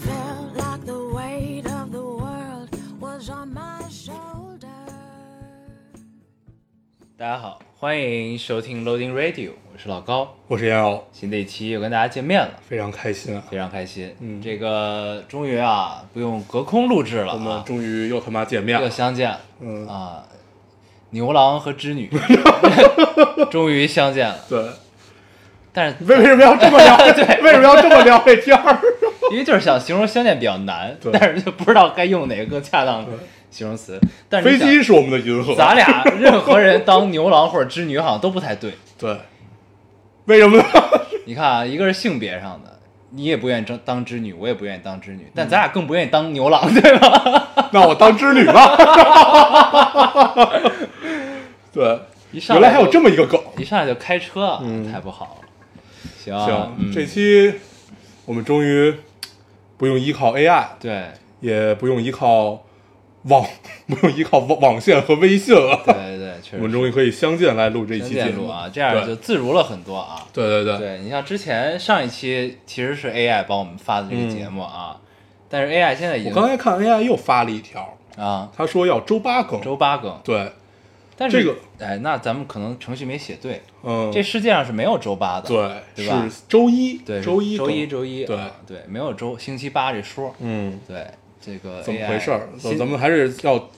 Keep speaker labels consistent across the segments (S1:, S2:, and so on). S1: Felt like the weight of the world was on my shoulders.
S2: 大家好，欢迎收听 Loading Radio，我是老高。
S3: 我是瑶瑶，
S2: 新的一期又跟大家见面了，
S3: 非常开心啊！
S2: 非常开心。
S3: 嗯
S2: 这个终于啊，不用隔空录制了
S3: 我们
S2: 啊，
S3: 终于又他妈见面
S2: 又
S3: 了，
S2: 相见了。
S3: 嗯
S2: 啊，牛郎和织 女终于相见了。
S3: 对，
S2: 但是
S3: 为为什么要这么聊？
S2: 对
S3: 为什么要这么聊这天儿？
S2: 因为就是想形容相见比较难，
S3: 对
S2: 但是就不知道该用哪个更恰当的形容词。但是
S3: 飞
S2: 你想
S3: 机是我们的 银河，
S2: 咱俩任何人当牛郎或者织女好像都不太对。
S3: 对，为什么呢？
S2: 你看啊，一个是性别上的，你也不愿意当当织女，我也不愿意当织女，但咱俩更不愿意当牛郎，对吧？
S3: 那我当织女吧。 对，
S2: 一上
S3: 原来还有
S2: 就
S3: 这么一个梗。
S2: 一上来就开车啊，
S3: 嗯
S2: 太不好了。行
S3: 行，
S2: 嗯
S3: 这期我们终于不用依靠 AI，
S2: 对
S3: 也不用依靠网， 不用依靠网网线和微信了。
S2: 对对对，确
S3: 我们
S2: 实
S3: 终于可以相见来录这一
S2: 相
S3: 期节
S2: 见
S3: 目
S2: 路啊，这样就自如了很多啊。
S3: 对对对对
S2: 对你像之前上一期其实是 AI 帮我们发的这个节目啊，但是 AI 现在已
S3: 嗯我
S2: 经
S3: 刚才看 AI 又发了一条，
S2: 啊
S3: 他说要周八更。
S2: 周八更，
S3: 对，
S2: 但是
S3: 这个
S2: 哎，那咱们可能程序没写对，
S3: 嗯，
S2: 这世界上是没有周八的，
S3: 对
S2: 对吧？
S3: 是周一，
S2: 对，
S3: 周
S2: 一
S3: 一
S2: 周
S3: 更
S2: 周一，
S3: 对
S2: 啊对，没有周星期八这说，
S3: 嗯，
S2: 对，这个
S3: 怎么
S2: AI
S3: 回事儿？
S2: 新
S3: 咱们还是要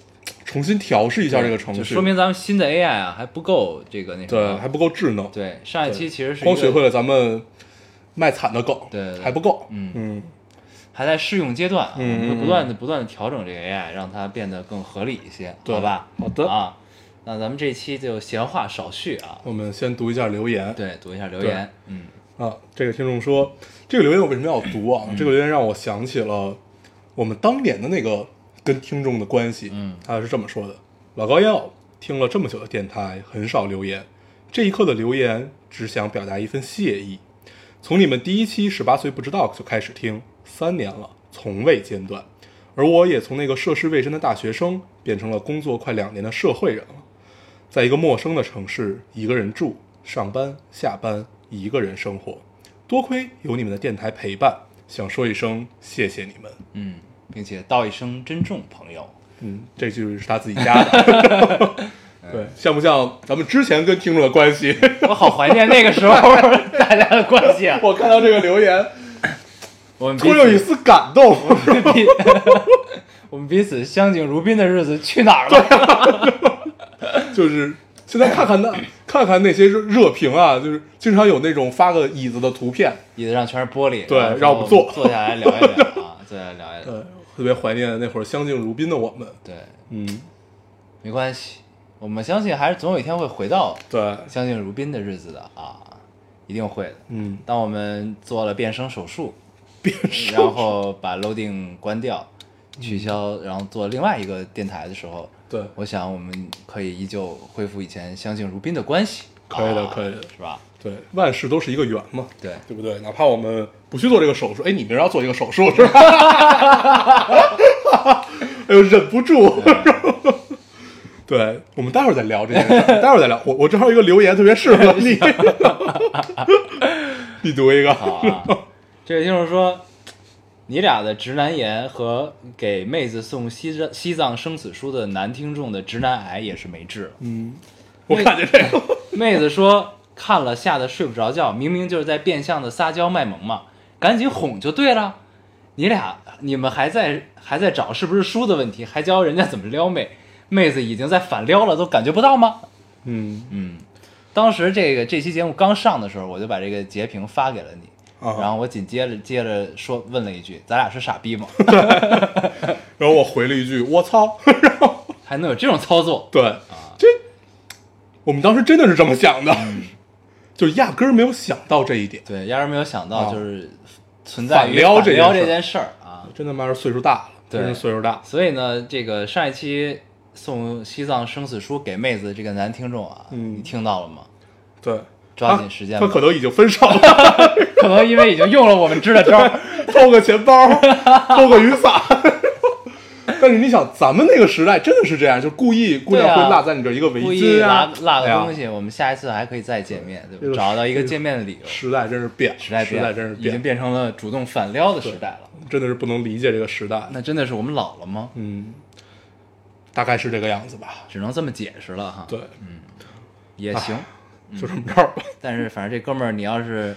S3: 重新调试一下这个程
S2: 就
S3: 序，
S2: 说明咱们新的 AI 啊还不够这个那什
S3: 对
S2: 么，
S3: 还不够智能，
S2: 对上一期其实是一个
S3: 光学会了咱们卖惨的梗，
S2: 对对对
S3: 还不够，
S2: 嗯
S3: 嗯，
S2: 还在试用阶段啊，我
S3: 嗯
S2: 们会
S3: 嗯
S2: 不断的不断的调整这个 AI，让它变得更合理一些，
S3: 对
S2: 好吧？
S3: 好的
S2: 啊，那咱们这期就闲话少叙啊，
S3: 我们先读一下留言，
S2: 对，读一下留
S3: 对
S2: 言，嗯，
S3: 啊，这个听众说，这个留言我为什么要读啊？这个留言让我想起了我们当年的那个跟听众的关系。
S2: 嗯，
S3: 他是这么说的：老高要听了这么久的电台，很少留言，这一刻的留言只想表达一份谢意。从你们第一期十八岁不知道就开始听，三年了，从未间断。而我也从那个涉世未深的大学生，变成了工作快两年的社会人了。在一个陌生的城市，一个人住、上班、下班，一个人生活。多亏有你们的电台陪伴，想说一声谢谢你们。
S2: 嗯，并且道一声珍重，朋友。
S3: 嗯，这就是他自己加的。对，像不像咱们之前跟听众的关系？
S2: 我好怀念那个时候 大家的关系啊！
S3: 我看到这个留言，
S2: 我们
S3: 突然
S2: 彼
S3: 有
S2: 此
S3: 一丝感动。
S2: 彼 我们彼此相敬如宾的日子去哪儿了？
S3: 就是现在看看那看看那些热热评啊，就是经常有那种发个椅子的图片，
S2: 椅子上全是玻璃，
S3: 对
S2: 然后
S3: 让我们坐
S2: 坐下来聊一聊 啊，坐下来聊一聊。
S3: 呃，特别怀念那会儿相敬如宾的我们。
S2: 对，
S3: 嗯，
S2: 没关系，我们相信还是总有一天会回到
S3: 对，
S2: 相敬如宾的日子的啊，一定会的。
S3: 嗯，
S2: 当我们做了变声手 术，变声，然后把 loading 关掉，取消，然后做另外一个电台的时候，
S3: 对，
S2: 我想我们可以依旧恢复以前相敬如宾的关系。
S3: 可以的
S2: 啊
S3: 可以的
S2: 是吧？
S3: 对，万事都是一个圆嘛，
S2: 对，
S3: 对不对？哪怕我们不去做这个手术，哎，你明儿要做一个手 术是吧？哎呦，忍不住。对，我们待会儿再聊这件事 儿，待会儿再聊。我我正好有一个留言特别适合你， 你读一个。
S2: 哎好啊， 这位听众说，你俩的直男炎和给妹子送西藏西藏生死书的男听众的直男癌也是没治了。
S3: 嗯，我看见这个，
S2: 妹子说看了吓得睡不着觉，明明就是在变相的撒娇卖萌嘛，赶紧哄就对了。你俩你们还在还在找是不是书的问题，还教人家怎么撩妹，妹子已经在反撩了，都感觉不到吗？
S3: 嗯
S2: 嗯，当时这个这期节目刚上的时候，我就把这个截屏发给了你，
S3: 啊
S2: 然后我紧接着接着说问了一句：“咱俩是傻逼吗？
S3: 然后我回了一句“我操”，
S2: 还能有这种操作
S3: 对，
S2: 啊
S3: 这我们当时真的是这么想的，
S2: 嗯
S3: 就压根儿没有想到这一点？”。
S2: 对，压根没有想到
S3: 啊
S2: 就是存在于
S3: 反撩
S2: 反
S3: 这件
S2: 撩
S3: 事
S2: 这
S3: 儿
S2: 件事儿啊。
S3: 真他妈是岁数大了，
S2: 对
S3: 真是岁数大。
S2: 所以呢，这个上一期送西藏生死书给妹子这个男听众啊，
S3: 嗯
S2: 你听到了吗？
S3: 对，啊
S2: 抓紧时间吧
S3: 他他可能已经分手了，
S2: 可能因为已经用了我们支的招儿，
S3: 偷个钱包，偷个雨伞。 但是你想，咱们那个时代真的是这样，就故意姑娘
S2: 对啊
S3: 会落在你这儿一个围
S2: 故意
S3: 巾
S2: 落
S3: 啊，
S2: 落个
S3: 哎呀
S2: 东西，我们下一次还可以再见面，对
S3: 这
S2: 吧？
S3: 个
S2: 找到一个
S3: 时
S2: 见面的理由。
S3: 时代真是变，
S2: 时代
S3: 时
S2: 变
S3: 代
S2: 了，
S3: 真是
S2: 已经
S3: 变，
S2: 变成了主动反撩的时代了。
S3: 真的是不能理解这个时代。
S2: 那真的是我们老了吗？
S3: 嗯，大概是这个样子吧。
S2: 只能这么解释了哈。
S3: 对，啊
S2: 也行。嗯
S3: 就这么着吧。
S2: 但是反正这哥们儿，你要是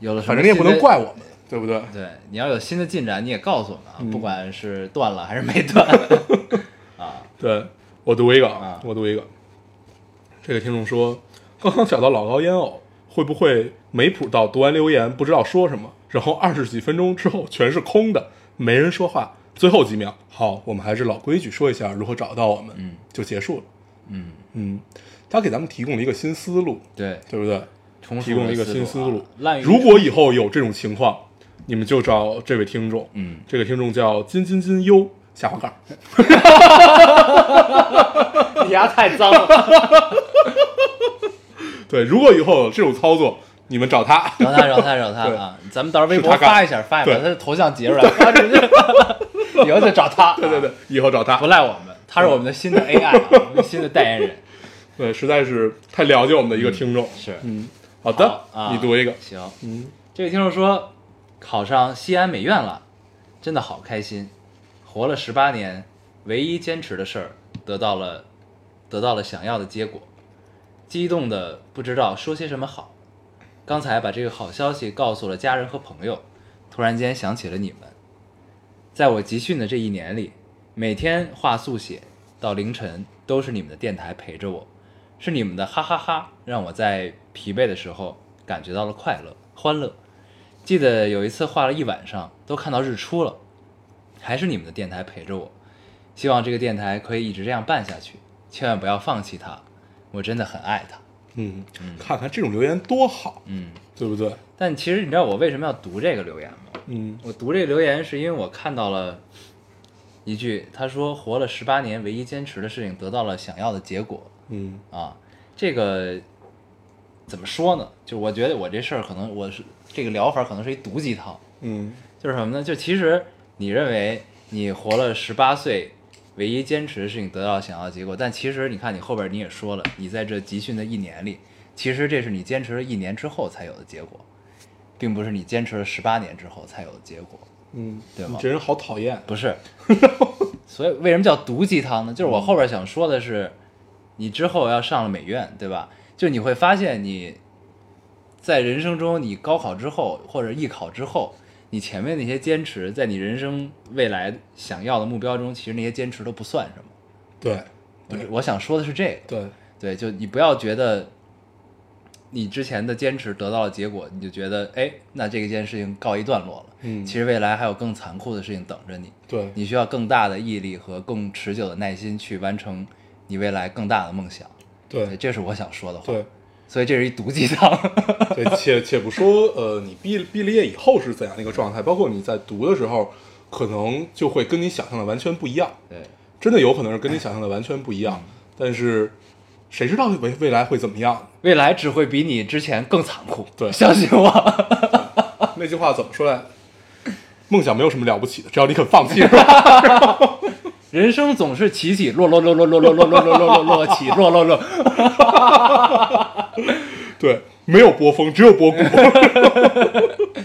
S2: 有了什么
S3: 反正你也不能
S2: 新的
S3: 怪我们，对不对？
S2: 对，你要有新的进展，你也告诉我们啊，
S3: 嗯
S2: 不管是断了还是没断。
S3: 对我读一个
S2: 啊
S3: 我读一个。这个听众说，刚刚找到老高烟偶，会不会没谱到读完留言不知道说什么，然后二十几分钟之后全是空的，没人说话，最后几秒，好，我们还是老规矩，说一下如何找到我们，嗯，就结束了。
S2: 嗯
S3: 嗯，他给咱们提供了一个新思路，
S2: 对，
S3: 对不对？
S2: 重
S3: 提
S2: 塑
S3: 供
S2: 了
S3: 了一个新
S2: 思
S3: 思
S2: 啊
S3: 路。
S2: 滥竽
S3: 如果以后有这种情况，你们就找这位听众，
S2: 嗯，
S3: 这个听众叫金金金优下滑杠，
S2: 你牙太脏了，
S3: 对，如果以后有这种操作，你们找他，
S2: 饶他饶他饶 他啊！咱们到时候微博
S3: 是他干
S2: 发一下，发一下
S3: 对
S2: 把他的头像截出来，发出去 以后再找他。啊
S3: 对对对，，以后找他
S2: 不，赖我们，他是我们的新的 AI，啊我们的新的代言人。
S3: 对，实在是太了解我们的一个听众。
S2: 是，
S3: 嗯，好的
S2: 好啊，
S3: 你读一个，
S2: 行，
S3: 嗯，
S2: 这位听众说，考上西安美院了，真的好开心。活了十八年，唯一坚持的事儿得到了，得到了想要的结果，激动的不知道说些什么好。刚才把这个好消息告诉了家人和朋友，突然间想起了你们。在我集训的这一年里，每天画速写到凌晨都是你们的电台陪着我，是你们的哈哈哈让我在疲惫的时候感觉到了快乐、欢乐。记得有一次画了一晚上，都看到日出了，还是你们的电台陪着我。希望这个电台可以一直这样办下去，千万不要放弃它，我真的很爱它。
S3: 嗯，看看这种留言多好，
S2: 嗯，
S3: 对不对？
S2: 但其实你知道我为什么要读这个留言吗？
S3: 嗯
S2: 我读这个留言是因为我看到了一句，他说活了十八年，唯一坚持的事情得到了想要的结果
S3: 嗯
S2: 啊。这个怎么说呢？就我觉得我这事儿可能我是这个疗法可能是一毒鸡汤，
S3: 嗯
S2: 就是什么呢？就其实你认为你活了十八岁，唯一坚持的事情得到想要的结果，但其实你看你后边你也说了，你在这集训的一年里，其实这是你坚持了一年之后才有的结果，并不是你坚持了十八年之后才有的结果。
S3: 嗯，
S2: 对吗
S3: 你这人好讨厌，
S2: 不 是，所以为什么叫毒鸡汤呢？就是我后边想说的
S3: 嗯
S2: 是，你之后要上了美院，对吧？就你会发现你在人生中，你高考之后或者艺考之后，你前面那些坚持，在你人生未来想要的目标中，其实那些坚持都不算什么。
S3: 对
S2: 我我想说的是这个，
S3: 对，
S2: 对，就你不要觉得你之前的坚持得到了结果，你就觉得哎，那这件事情告一段落了。
S3: 嗯
S2: 其实未来还有更残酷的事情等着你。
S3: 对
S2: 你需要更大的毅力和更持久的耐心去完成你未来更大的梦想。
S3: 对
S2: 这是我想说的话。
S3: 对，
S2: 所以这是一毒鸡汤。
S3: 对，且且不说，呃，你毕毕了业以后是怎样的一个状态，包括你在读的时候，可能就会跟你想象的完全不一样，
S2: 对，
S3: 真的有可能是跟你想象的完全不一样。
S2: 哎
S3: 但是，谁知道未未来会怎么样？
S2: 未来只会比你之前更残酷。
S3: 对
S2: 相信我。
S3: 那句话怎么说来？梦想没有什么了不起的，只要你肯放弃，是吧？
S2: 人生总是起起落落落落落落落落落落落落起落落落。
S3: 对，没有波峰，只有波谷。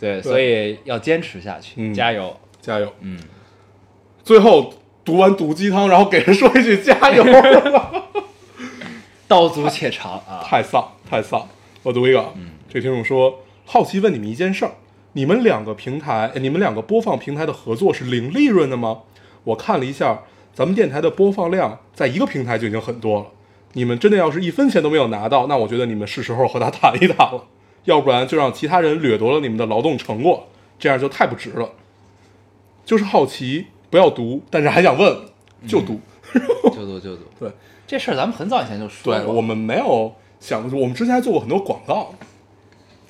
S2: 对，所以要坚持下去，
S3: 嗯
S2: 加油。
S3: 加油！
S2: 嗯，
S3: 最后读完毒鸡汤，然后给人说一句 加油，
S2: 道阻且长啊。
S3: 太丧，太丧。我读一个，嗯，这个听众说，好奇问你们一件事儿：你们两个平台，呃你们两个播放平台的合作是零利润的吗？我看了一下，咱们电台的播放量在一个平台就已经很多了。你们真的要是一分钱都没有拿到，那我觉得你们是时候和他谈一谈了， 要不然就让其他人掠夺了你们的劳动成果，这样就太不值了。就是好奇，不要读，但是还想问，就读。
S2: 就读就读。
S3: 对，
S2: 这事儿咱们很早以前就说
S3: 对
S2: 过。
S3: 我们没有想过，我们之前还做过很多广告，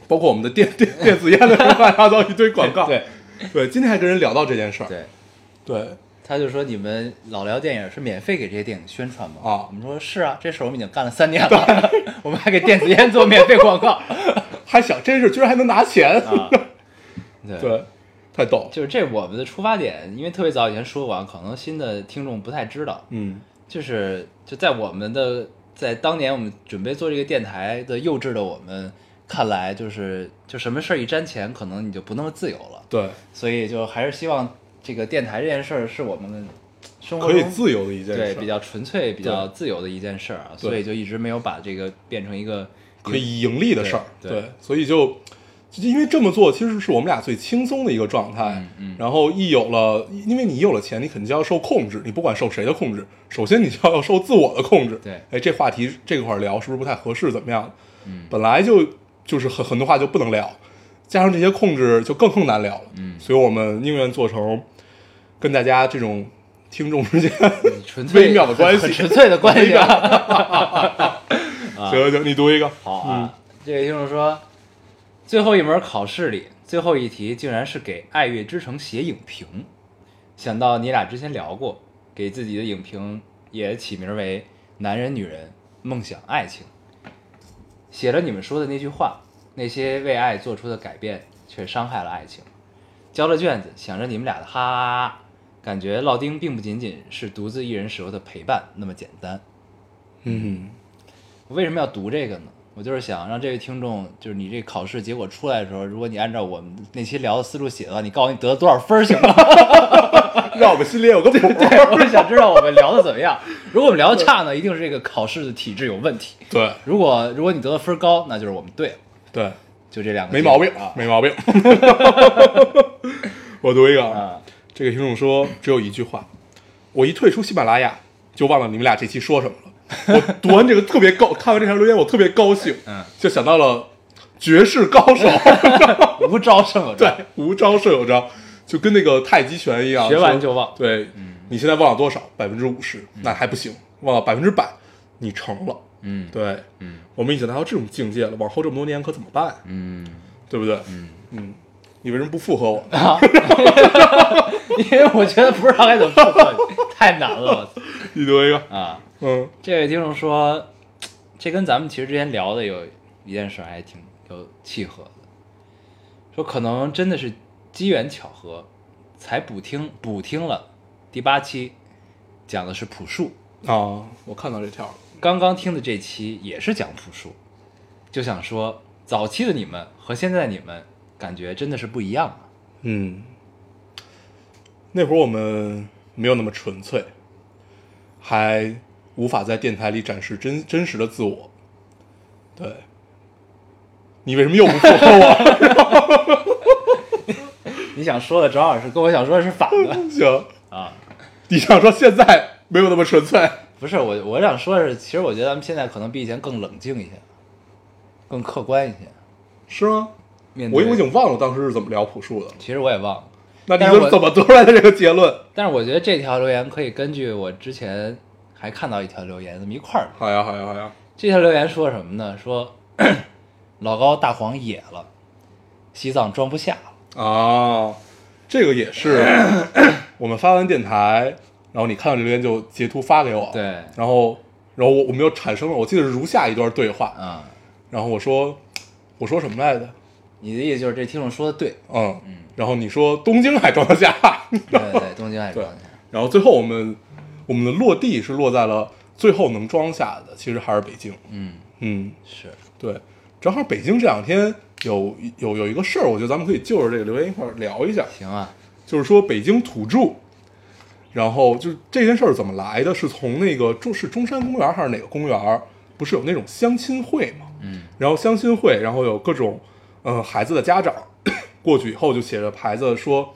S3: 包括我们的电 电电子烟的时候，乱七八糟一堆广告。
S2: 对
S3: 对，今天还跟人聊到这件事儿。
S2: 对。
S3: 对
S2: 他就说：“你们老聊电影是免费给这些电影宣传吗？”
S3: 啊
S2: 我们说是啊，这事儿我们已经干了三年 了，我们还给电子
S3: 啊
S2: 烟做免费广告
S3: 还想这件事居然还能拿钱。
S2: 啊。
S3: 对，太逗了。
S2: 就是这我们的出发点，因为特别早以前说过啊，可能新的听众不太知道，
S3: 嗯
S2: 就是就在我们的在当年我们准备做这个电台的幼稚的我们看来，就是就什么事儿一沾钱，可能你就不那么自由了，，
S3: 对，
S2: 所以就还是希望这个电台这件事儿是我们生活
S3: 可以
S2: 中
S3: 自由的一件事儿，
S2: 对比较纯粹、比较自由的一件事儿啊，
S3: 对啊
S2: 所以就一直没有把这个变成一个
S3: 可以盈利的事儿。
S2: 对对
S3: 所以就就因为这么做，其实是我们俩最轻松的一个状态。
S2: 嗯嗯
S3: 然后一有了，因为你有了钱，你肯定就要受控制，你不管受谁的控制，首先你就要受自我的控制。
S2: 对
S3: 哎，这话题这块儿聊是不是不太合适？怎么样？嗯，本来就就是很很多话就不能聊，加上这些控制就更更难聊了。
S2: 嗯
S3: 所以我们宁愿做成跟大家这种听众之间
S2: 纯粹
S3: 微妙的关系
S2: 很纯粹的关系啊。
S3: 行行行，你读一个，
S2: 好啊，这位听众说，最后一门考试里最后一题竟然是给《爱乐之城》写影评，想到你俩之前聊过，给自己的影评也起名为《男人、女人、梦想、爱情》，写了你们说的那句话，那些为爱做出的改变却伤害了爱情。交了卷子，想着你们俩的哈哈哈哈，感觉烙丁并不仅仅是独自一人时候的陪伴那么简单。
S3: 嗯，
S2: 我为什么要读这个呢？我就是想让这位听众，就是你这考试结果出来的时候，如果你按照我们那期聊的思路写的话，你告诉我你得了多少分儿行吗？
S3: 让我们心里有个谱。
S2: 对， 我是想知道我们聊的怎么样。如果我们聊的差呢，一定是这个考试的体制有问题；
S3: 对
S2: 如果如果你得的分儿高，那就是我们对了。
S3: 对，
S2: 就这两个
S3: 没
S2: 结
S3: 毛
S2: 果
S3: 病
S2: 啊，
S3: 没毛病。 我读一个啊，
S2: 啊！
S3: 这个听众说只有一句话：我一退出喜马拉雅，就忘了你们俩这期说什么了。我读完这个特别高， 看完这条留言我特别高兴，
S2: 嗯，
S3: 就想到了绝世高 手，
S2: 无招胜有
S3: 对
S2: 招，，
S3: 无招胜有招，就跟那个太极拳一样，
S2: 学完
S3: 说
S2: 就忘嗯
S3: 对，你现在忘了多少？百分之五十，那还不行，忘了百分之百，你成了。
S2: 嗯
S3: 对，
S2: 嗯
S3: 我们已经达到这种境界了，往后这么多年可怎么办呀？
S2: 嗯，
S3: 对不对？嗯你为什么不附和 我？
S2: 因为我觉得不知道该怎么说你，太难了我
S3: 你读一个，
S2: 操啊！
S3: 嗯
S2: 这位听众说，这跟咱们其实之前聊的有一件事儿还挺有契合的，说可能真的是机缘巧合，才补听补听了第八期，讲的是朴树，
S3: 啊，我看到这条了，
S2: 刚刚听的这期也是讲朴树，就想说早期的你们和现在的你们感觉真的是不一样啊，
S3: 嗯，那会儿我们没有那么纯粹，还无法在电台里展示真真实的自我。对，你为什么又不附和我？
S2: 你想说的正好是跟我想说的是反的
S3: 行，
S2: 啊。
S3: 你想说现在没有那么纯粹？
S2: 不是我，我想说的是，其实我觉得咱们现在可能比以前更冷静一些，更客观一些。
S3: 是吗？
S2: 面
S3: 我
S2: 对
S3: 我已经忘了当时是怎么聊朴树的了。
S2: 其实我也忘了，
S3: 那你
S2: 但是
S3: 是
S2: 我
S3: 怎么得出来的这个结论？
S2: 但是我觉得这条留言可以根据我之前还看到一条留言，咱们一块儿吧。
S3: 好呀，好呀，好呀！
S2: 这条留言说什么呢？说 老高大黄野了，西藏装不下了。
S3: 啊，这个也 是，我们发完电台，然后你看到留言就截图发给我，
S2: 对，
S3: 然后，然后我我们又产生了，我记得是如下一段对话，
S2: 啊、
S3: 然后我说，我说什么来着？
S2: 你的意思就是这听众说的 对，
S3: 嗯，然后你说东京还装得下，
S2: 对对，东京爱装
S3: 对
S2: 不下。，
S3: 然后最后我们我们的落地是落在了最后能装下的，其实还是北京，
S2: 嗯，
S3: 嗯，
S2: 是，
S3: 对，正好北京这两天有有有一个事儿，我觉得咱们可以就着这个留言一块儿聊一下，
S2: 行 啊，
S3: 就是说北京土著，然后就是这件事儿怎么来的？是从那个中是中山公园还是哪个公园？不是有那种相亲会吗？
S2: 嗯，
S3: 然后相亲会，然后有各种呃孩子的家长 过去以后就写着牌子说，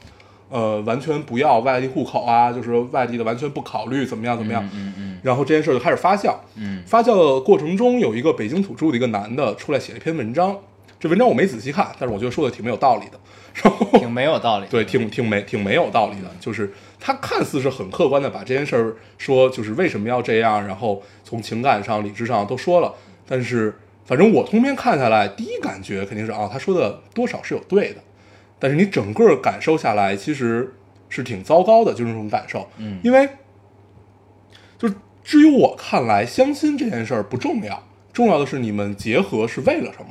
S3: 呃，完全不要外地户口啊，就是说外地的完全不考虑怎么样怎么样。
S2: 嗯嗯
S3: 然后这件事儿就开始发酵，
S2: 嗯
S3: 发酵的过程中，有一个北京土著的一个男的出来写了一篇文章，这文章我没仔细看，但是我觉得说的挺没有道理的。 然后
S2: 嗯，挺没有道理。
S3: 对，挺挺没挺没有道理的，就是他看似是很客观的把这件事儿说，就是为什么要这样，然后从情感上、理智上都说了，但是反正我通篇看下来，第一感觉肯定是啊，他说的多少是有对的，但是你整个感受下来，其实是挺糟糕的，就是那种感受，
S2: 嗯
S3: 因为就是至于我看来，相亲这件事儿不重要，重要的是你们结合是为了什么。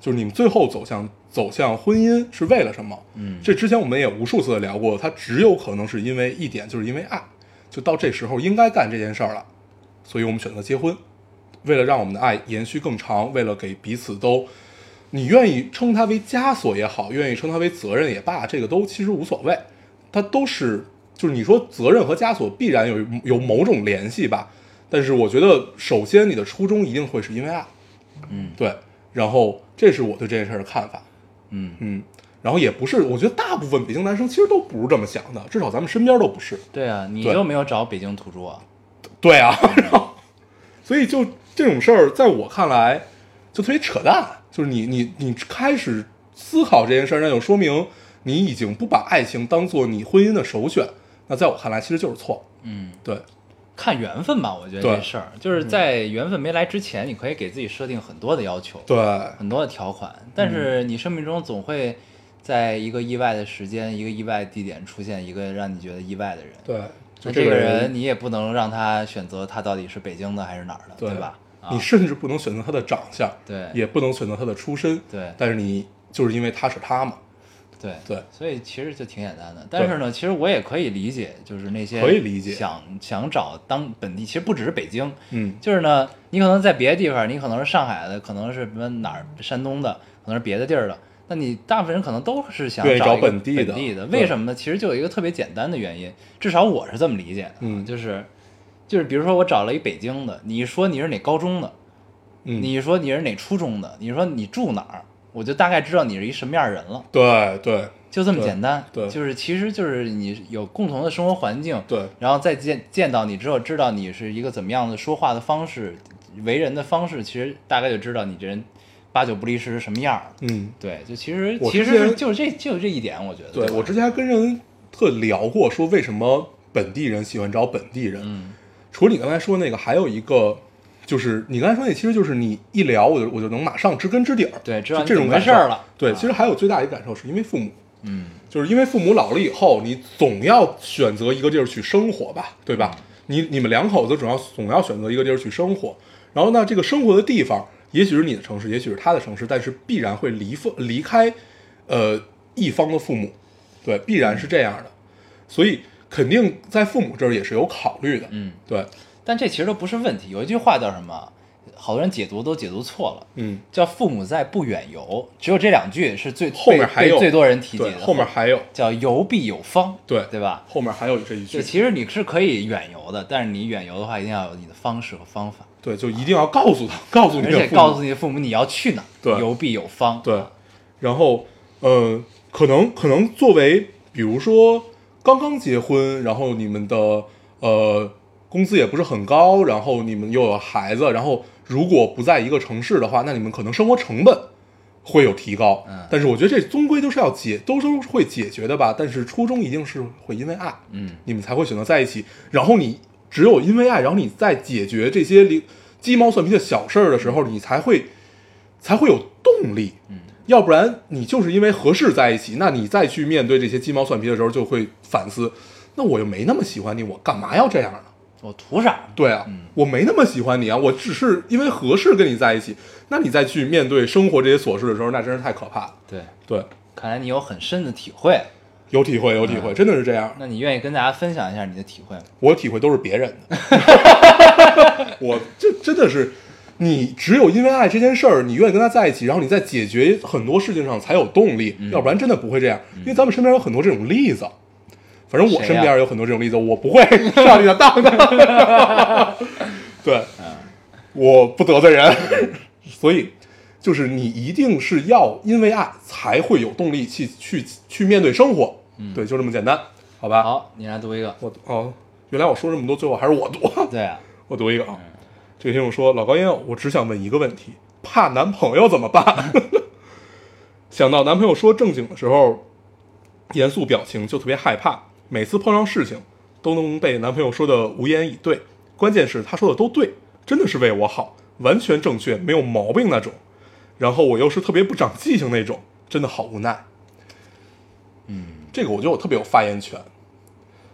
S3: 就是你们最后走向走向婚姻是为了什么？
S2: 嗯
S3: 这之前我们也无数次的聊过，它只有可能是因为一点，就是因为爱，就到这时候应该干这件事儿了，所以我们选择结婚，为了让我们的爱延续更长，为了给彼此都，你愿意称它为枷锁也好，愿意称它为责任也罢，这个都其实无所谓，它都是就是你说责任和枷锁必然有有某种联系吧，但是我觉得首先你的初衷一定会是因为爱，
S2: 嗯
S3: 对，然后这是我对这件事儿的看法，
S2: 嗯，
S3: 嗯，然后也不是，我觉得大部分北京男生其实都不是这么想的，至少咱们身边都不是。
S2: 对啊，你
S3: 对
S2: 就没有找北京土著啊？
S3: 对啊， 然后所以就这种事儿，在我看来就特别扯淡。就是你你你开始思考这件事儿，那就说明你已经不把爱情当做你婚姻的首选。那在我看来，其实就是错。
S2: 嗯，
S3: 对，
S2: 看缘分吧，我觉得
S3: 对嗯
S2: 这事儿就是在缘分没来之前，你可以给自己设定很多的要求，
S3: 对，
S2: 很多的条款，但是
S3: 嗯
S2: 你生命中总会在一个意外的时间、一个意外的地点出现一个让你觉得意外的人。
S3: 对，就
S2: 那这
S3: 个
S2: 个人，你也不能让他选择他到底是北京的还是哪儿的，
S3: 对
S2: 吧？啊
S3: 你甚至不能选择他的长相，
S2: 对
S3: 也不能选择他的出身，
S2: 对
S3: 但是你就是因为他是他嘛，
S2: 对
S3: 对
S2: 所以其实就挺简单的。但是呢，其实我也可以理解，就是那些
S3: 可以理解
S2: 想想找当本地，其实不只是北京，
S3: 嗯，
S2: 就是呢，你可能在别的地方，你可能是上海的，可能是什么哪儿山东的，可能是别的地儿的。那你大部分人可能都是想
S3: 愿意
S2: 找
S3: 找
S2: 一个
S3: 本
S2: 本
S3: 地的嗯
S2: 的，
S3: 对
S2: 为什么呢？其实就有一个特别简单的原因，至少我是这么理解的啊，
S3: 嗯
S2: 就是就是比如说我找了一北京的，你说你是哪高中的，
S3: 嗯，
S2: 你说你是哪初中的，你说你住哪儿，我就大概知道你是一什么样儿人了。
S3: 对对
S2: 就这么简单。
S3: 对对
S2: 就是其实就是你有共同的生活环境，
S3: 对
S2: 然后再见见到你之后，知道你是一个怎么样的说话的方式、为人的方式，其实大概就知道你这人八九不离十是什么样儿。
S3: 嗯，
S2: 对，就其实
S3: 我
S2: 其
S3: 之前
S2: 实就是这就是这一点，我觉得。
S3: 对
S2: 吧
S3: 我之前还跟人特聊过，说为什么本地人喜欢找本地人。
S2: 嗯
S3: 除了你刚才说那个，还有一个就是你刚才说那，其实就是你一聊我就我就能马上知根知底儿，
S2: 对知
S3: 就
S2: 道你
S3: 这
S2: 怎
S3: 种
S2: 么
S3: 感
S2: 回事
S3: 受
S2: 儿了
S3: 对，
S2: 啊
S3: 其实还有最大一个感受是因为父母，
S2: 嗯，
S3: 就是因为父母老了以后，你总要选择一个地儿去生活吧，对吧？
S2: 嗯
S3: 你你们两口子总要总要选择一个地儿去生活，然后呢，这个生活的地方，也许是你的城市，也许是他的城市，但是必然会离父离开，呃，一方的父母，对，必然是这样的，所以肯定在父母这儿也是有考虑的，
S2: 嗯，
S3: 对，
S2: 但这其实都不是问题。有一句话叫什么？好多人解读都解读错了。
S3: 嗯，
S2: 叫父母在不远游，只有这两句是最
S3: 后面
S2: 被
S3: 还
S2: 被
S3: 有
S2: 最多人提及
S3: 对，
S2: 的。
S3: 后面还有，
S2: 叫游必有方，
S3: 对
S2: 对吧？
S3: 后面还有这一句
S2: 就，其实你是可以远游的，但是你远游的话，一定要有你的方式和方法，
S3: 对，就一定要告诉他，告诉你
S2: 而
S3: 的父母，
S2: 且告诉你的父母你要去哪儿，
S3: 对
S2: 游必有方。
S3: 对，然后呃，可能可能作为比如说刚刚结婚，然后你们的呃工资也不是很高，然后你们又有孩子，然后如果不在一个城市的话，那你们可能生活成本会有提高。
S2: 嗯
S3: 但是我觉得这终归都是要解，都是会解决的吧。但是初衷一定是会因为爱，
S2: 嗯，
S3: 你们才会选择在一起。然后你只有因为爱，然后你在解决这些零鸡毛蒜皮的小事儿的时候，你才会才会有动力。嗯，要不然你就是因为合适在一起，那你再去面对这些鸡毛蒜皮的时候，就会反思，那我又没那么喜欢你，我干嘛要这样呢？
S2: 我图啥？
S3: 对啊，我没那么喜欢你啊，我只是因为合适跟你在一起。那你再去面对生活这些琐事的时候，那真是太可怕了。
S2: 对，
S3: 对，
S2: 看来你有很深的体会，
S3: 有体会，有体会，真的是这样。
S2: 那你愿意跟大家分享一下你的体会吗？
S3: 我体会都是别人的。 我这真的是，你只有因为爱这件事儿，你愿意跟他在一起，然后你在解决很多事情上才有动力，
S2: 嗯
S3: 要不然真的不会这样。因为咱们身边有很多这种例子，反正我身
S2: 谁
S3: 边
S2: 呀
S3: 有很多这种例子，我不会 上你的当的。 对，
S2: 嗯
S3: 我不得罪人， 所以就是你一定是要因为爱才会有动力去去去面对生活。
S2: 嗯
S3: 对，就这么简单，好吧？
S2: 好，你来读一个。
S3: 我哦，原来我说这么多，最后还是我读。
S2: 对啊，
S3: 我读一个啊，这个听众说：“老高烟友，我只想问一个问题，怕男朋友怎么办？” 想到男朋友说正经的时候，严肃表情就特别害怕，每次碰上事情都能被男朋友说的无言以对。关键是他说的都对，真的是为我好，完全正确，没有毛病那种。然后我又是特别不长记性那种，真的好无奈。嗯，这个我觉得我特别有发言权。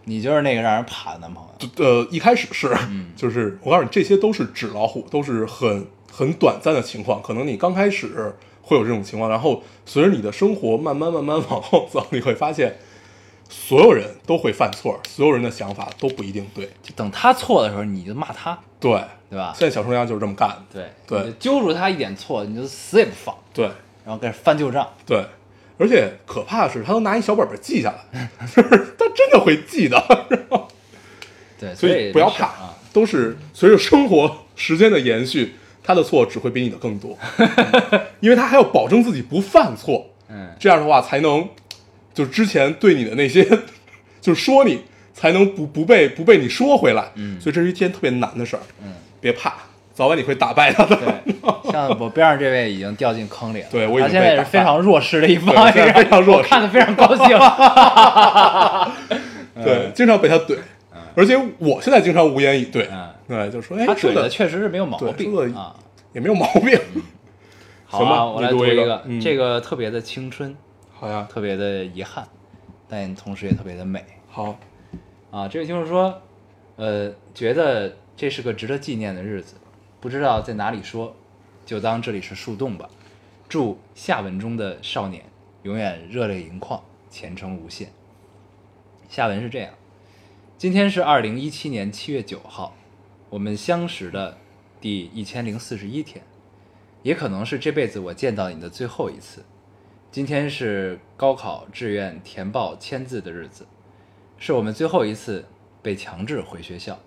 S2: 你就是那个让人怕的男朋友。
S3: 呃，一开始是，
S2: 嗯
S3: 就是我告诉你，这些都是纸老虎，都是很很短暂的情况。可能你刚开始会有这种情况。然后随着你的生活慢慢慢慢往后走，你会发现，所有人都会犯错，所有人的想法都不一定对。
S2: 就等他错的时候，你就骂他，
S3: 对，
S2: 对吧？
S3: 现在小冲家就是这么干的。
S2: 对
S3: 对
S2: 你就揪住他一点错，你就死也不放，
S3: 对
S2: 然后开始翻旧账。
S3: 对，而且可怕的是，他都拿一小本本记下来， 就是他真的会记的。然后
S2: 对，
S3: 所以
S2: 以
S3: 不要
S2: 没事
S3: 怕，
S2: 儿啊。
S3: 都是随着生活时间的延续，他的错只会比你的更 多，因为他还要保证自己不犯错，
S2: 嗯，
S3: 这样的话才能就之前对你的那些 就是说你才能不不被不被你说回来，
S2: 嗯
S3: 所以这是一件特别难的事儿，嗯，别怕，早晚你会打败他的，
S2: 对，像我边上这位已经掉进坑里了，
S3: 对我已
S2: 他
S3: 经
S2: 现在
S3: 被
S2: 也
S3: 打
S2: 是非
S3: 败
S2: 常弱势 的一方，
S3: 对现在非常弱
S2: 我
S3: 势嗯
S2: 看的非常高 兴。嗯
S3: 对，经常被他怼，而且我现在经常无言以对
S2: 嗯，
S3: 对，就说哎
S2: 他，
S3: 说
S2: 怼
S3: 的
S2: 的嗯确实是没有毛
S3: 对说
S2: 病
S3: 的
S2: 啊。
S3: 也没有毛病，
S2: 好
S3: 行吧
S2: 啊，我来
S3: 你读
S2: 读
S3: 一
S2: 一
S3: 个
S2: 个
S3: 嗯，
S2: 这个特别的青春，
S3: 好呀，
S2: 特别的遗憾，但同时也特别的美
S3: 好，
S2: 啊。这位听众说，呃，觉得这是个值得纪念的日子，不知道在哪里说，就当这里是树洞吧。祝下文中的少年永远热泪盈眶，前程无限。下文是这样：今天是二零一七年七月九号，我们相识的第一千零四十一天，也可能是这辈子我见到你的最后一次。今天是高考志愿填报签字的日子，是我们最后一次被强制回学校。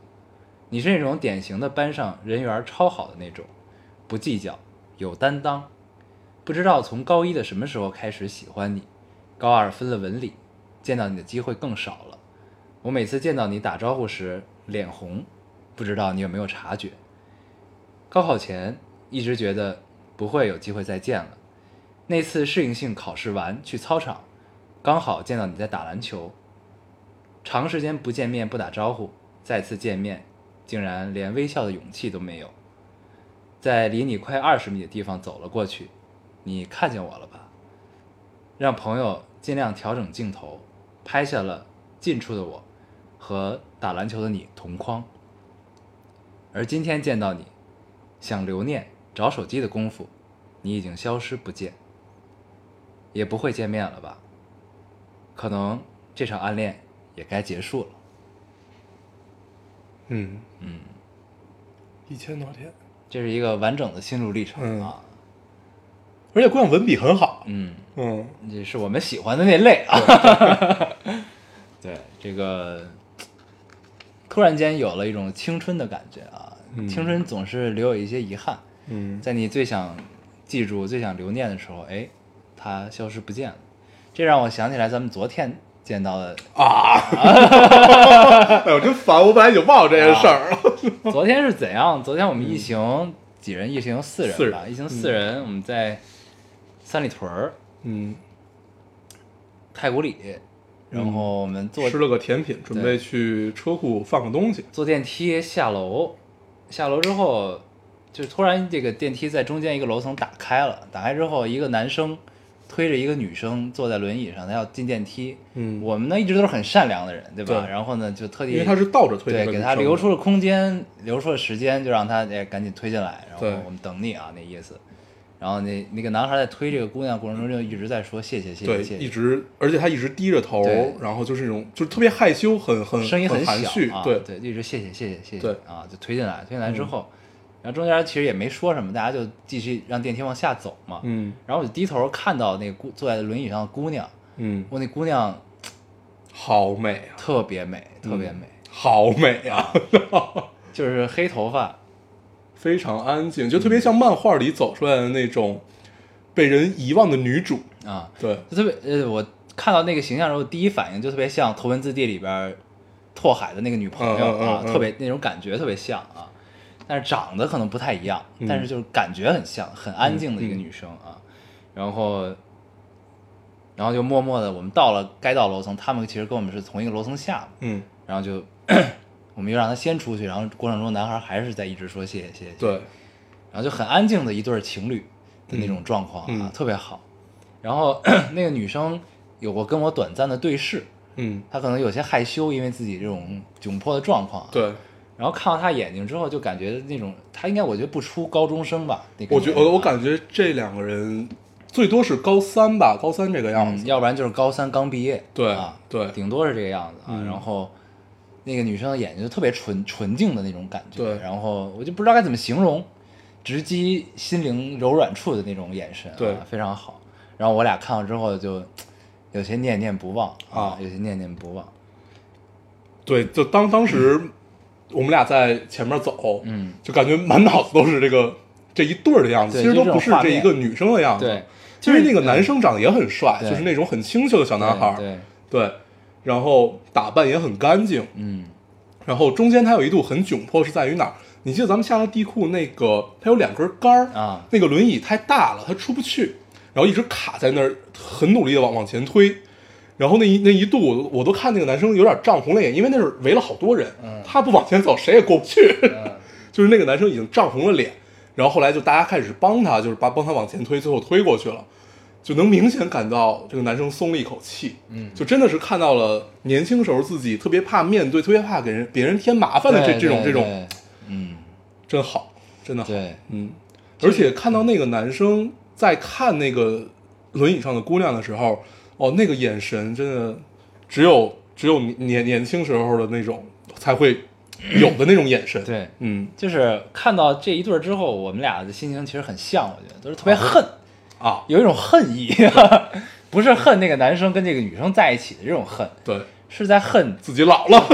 S2: 你是那种典型的班上人缘超好的那种，不计较，有担当。不知道从高一的什么时候开始喜欢你，高二分了文理，见到你的机会更少了。我每次见到你打招呼时脸红，不知道你有没有察觉。高考前一直觉得不会有机会再见了，那次适应性考试完去操场，刚好见到你在打篮球。长时间不见面不打招呼，再次见面，竟然连微笑的勇气都没有。在离你快二十米的地方走了过去，你看见我了吧？让朋友尽量调整镜头，拍下了近处的我和打篮球的你同框。而今天见到你，想留念、找手机的功夫，你已经消失不见，也不会见面了吧？可能这场暗恋也该结束了。
S3: 嗯嗯，一千多天，
S2: 这是一个完整的心路历程啊，
S3: 而且姑娘文笔很好，
S2: 嗯，
S3: 嗯，
S2: 这是我们喜欢的那类啊。 对，这个突然间有了一种青春的感觉啊，青春总是留有一些遗憾，
S3: 嗯，
S2: 在你最想记住、最想留念的时候，哎，它消失不见了。这让我想起来咱们昨天见到 的，啊
S3: 哎呦，真烦！我本来已经忘了这件事儿
S2: 啊
S3: 了。
S2: 昨天是怎样？昨天我们一行、几人？一行四
S3: 嗯四
S2: 人吧，
S3: 人
S2: 一行四人，我们在三里屯儿
S3: 嗯，
S2: 太古里，然后我们坐
S3: 吃了个甜品，准备去车库放个东西。
S2: 坐电梯下楼，下楼之后，就是突然这个电梯在中间一个楼层打开了，打开之后，一个男生推着一个女生坐在轮椅上，他要进电梯。
S3: 嗯
S2: 我们呢一直都是很善良的人，对吧？
S3: 对
S2: 然后呢就特地
S3: 因为他是倒着推的，
S2: 对给他留出了空间，留出了时间，就让他哎赶紧推进来，然后
S3: 对
S2: 我们等你啊那意思。然后那那个男孩在推这个姑娘的过程中就一直在说谢谢谢
S3: 对
S2: 谢，谢
S3: 一
S2: 谢，
S3: 直，而且他一直低着头
S2: 对，
S3: 然后就是那种就是特别害羞，很很
S2: 声音
S3: 嗯很含蓄
S2: 小啊，，
S3: 对，
S2: 对，就一直谢谢谢谢谢谢
S3: 对嗯
S2: 啊，就推进来，推进来之后，然后中间其实也没说什么，大家就继续让电梯往下走嘛。
S3: 嗯
S2: 然后我就低头看到那个姑坐在轮椅上的姑娘，
S3: 嗯，
S2: 我那姑娘
S3: 好美啊，
S2: 特别美，特
S3: 嗯
S2: 别美，
S3: 好美啊，
S2: 就是黑头发，
S3: 非常安静，就特
S2: 嗯
S3: 别像漫画里走出来的那种被人遗忘的女主。
S2: 啊，
S3: 对，
S2: 就特别呃，我看到那个形象的时候，第一反应就特别像《头文字 D》里边儿拓海的那个女朋友
S3: 嗯嗯
S2: 啊，
S3: 嗯嗯
S2: 特别那种感觉特别像啊，但是长得可能不太一样，
S3: 嗯
S2: 但是就是感觉很像，很安静的一个女生啊，然后。然后就默默的，我们到了该到楼层，他们其实跟我们是同一个楼层下嘛，
S3: 嗯，
S2: 然后就 我们就让他先出去，然后过程中男孩还是在一直说谢谢谢谢，
S3: 对，
S2: 然后就很安静的一对儿情侣的那种状况啊，
S3: 嗯嗯
S2: 特别好。然后 那个女生有过跟我短暂的对视，
S3: 嗯，
S2: 她可能有些害羞，因为自己这种窘迫的状况、啊。。
S3: 对，
S2: 然后看到她眼睛之后，就感觉那种她应该我觉得不出高中生吧，那个
S3: 我觉
S2: 年龄
S3: 我我
S2: 啊
S3: 感觉这两个人最多是高三吧，高三这个样
S2: 嗯，
S3: 子。
S2: 要不然就是高三刚毕业，
S3: 对
S2: 啊，
S3: 对
S2: 顶多是这个样子啊。
S3: 嗯
S2: 然后那个女生的眼睛就特别纯纯净的那种感觉，
S3: 对
S2: 然后我就不知道该怎么形容，直击心灵柔软处的那种眼神、啊，
S3: 对
S2: 非常好。然后我俩看了之后就有些念念不忘
S3: 啊
S2: 有些念念不忘，
S3: 对，就当当时我们俩在前面走，
S2: 嗯，
S3: 就感觉满脑子都是这个这一对儿的样子，
S2: 对
S3: 其实
S2: 就
S3: 都
S2: 这种
S3: 不是
S2: 画
S3: 这一
S2: 面
S3: 个女生的样子。
S2: 对，
S3: 因为那个男生长得也很帅，
S2: 对
S3: 就是那种很清秀的小男孩儿，
S2: 对对，
S3: 对然后打扮也很干净，
S2: 嗯，
S3: 然后中间他有一度很窘迫是在于哪儿？你记得咱们下了地库那个，它有两根杆儿
S2: 啊
S3: 那个轮椅太大了，它出不去，然后一直卡在那儿，很努力的往往前推，然后那一那一度我我都看那个男生有点涨红了眼，因为那是围了好多人，
S2: 嗯
S3: 他不往前走谁也过不去， 就是那个男生已经涨红了脸，然后后来就大家开始帮他，就是把帮他往前推，最后推过去了。就能明显感到这个男生松了一口气，嗯，就真的是看到了年轻时候自己特别怕面对、特别怕给人别人添麻烦的这
S2: 对
S3: 这种这，种，
S2: 对嗯，
S3: 真好，真的好，
S2: 对，
S3: 嗯，而且看到那个男生在看那个轮椅上的姑娘的时候，哦，那个眼神真的只有只有年年轻时候的那种才会有的那种眼神，
S2: 对
S3: 嗯
S2: 就是看到这一对儿之后，我们俩的心情其实很像，我觉得都是特别恨。
S3: 啊，
S2: 有一种恨意， 不是恨那个男生跟这个女生在一起的这种恨，
S3: 对
S2: 是在恨，
S3: 自己老了，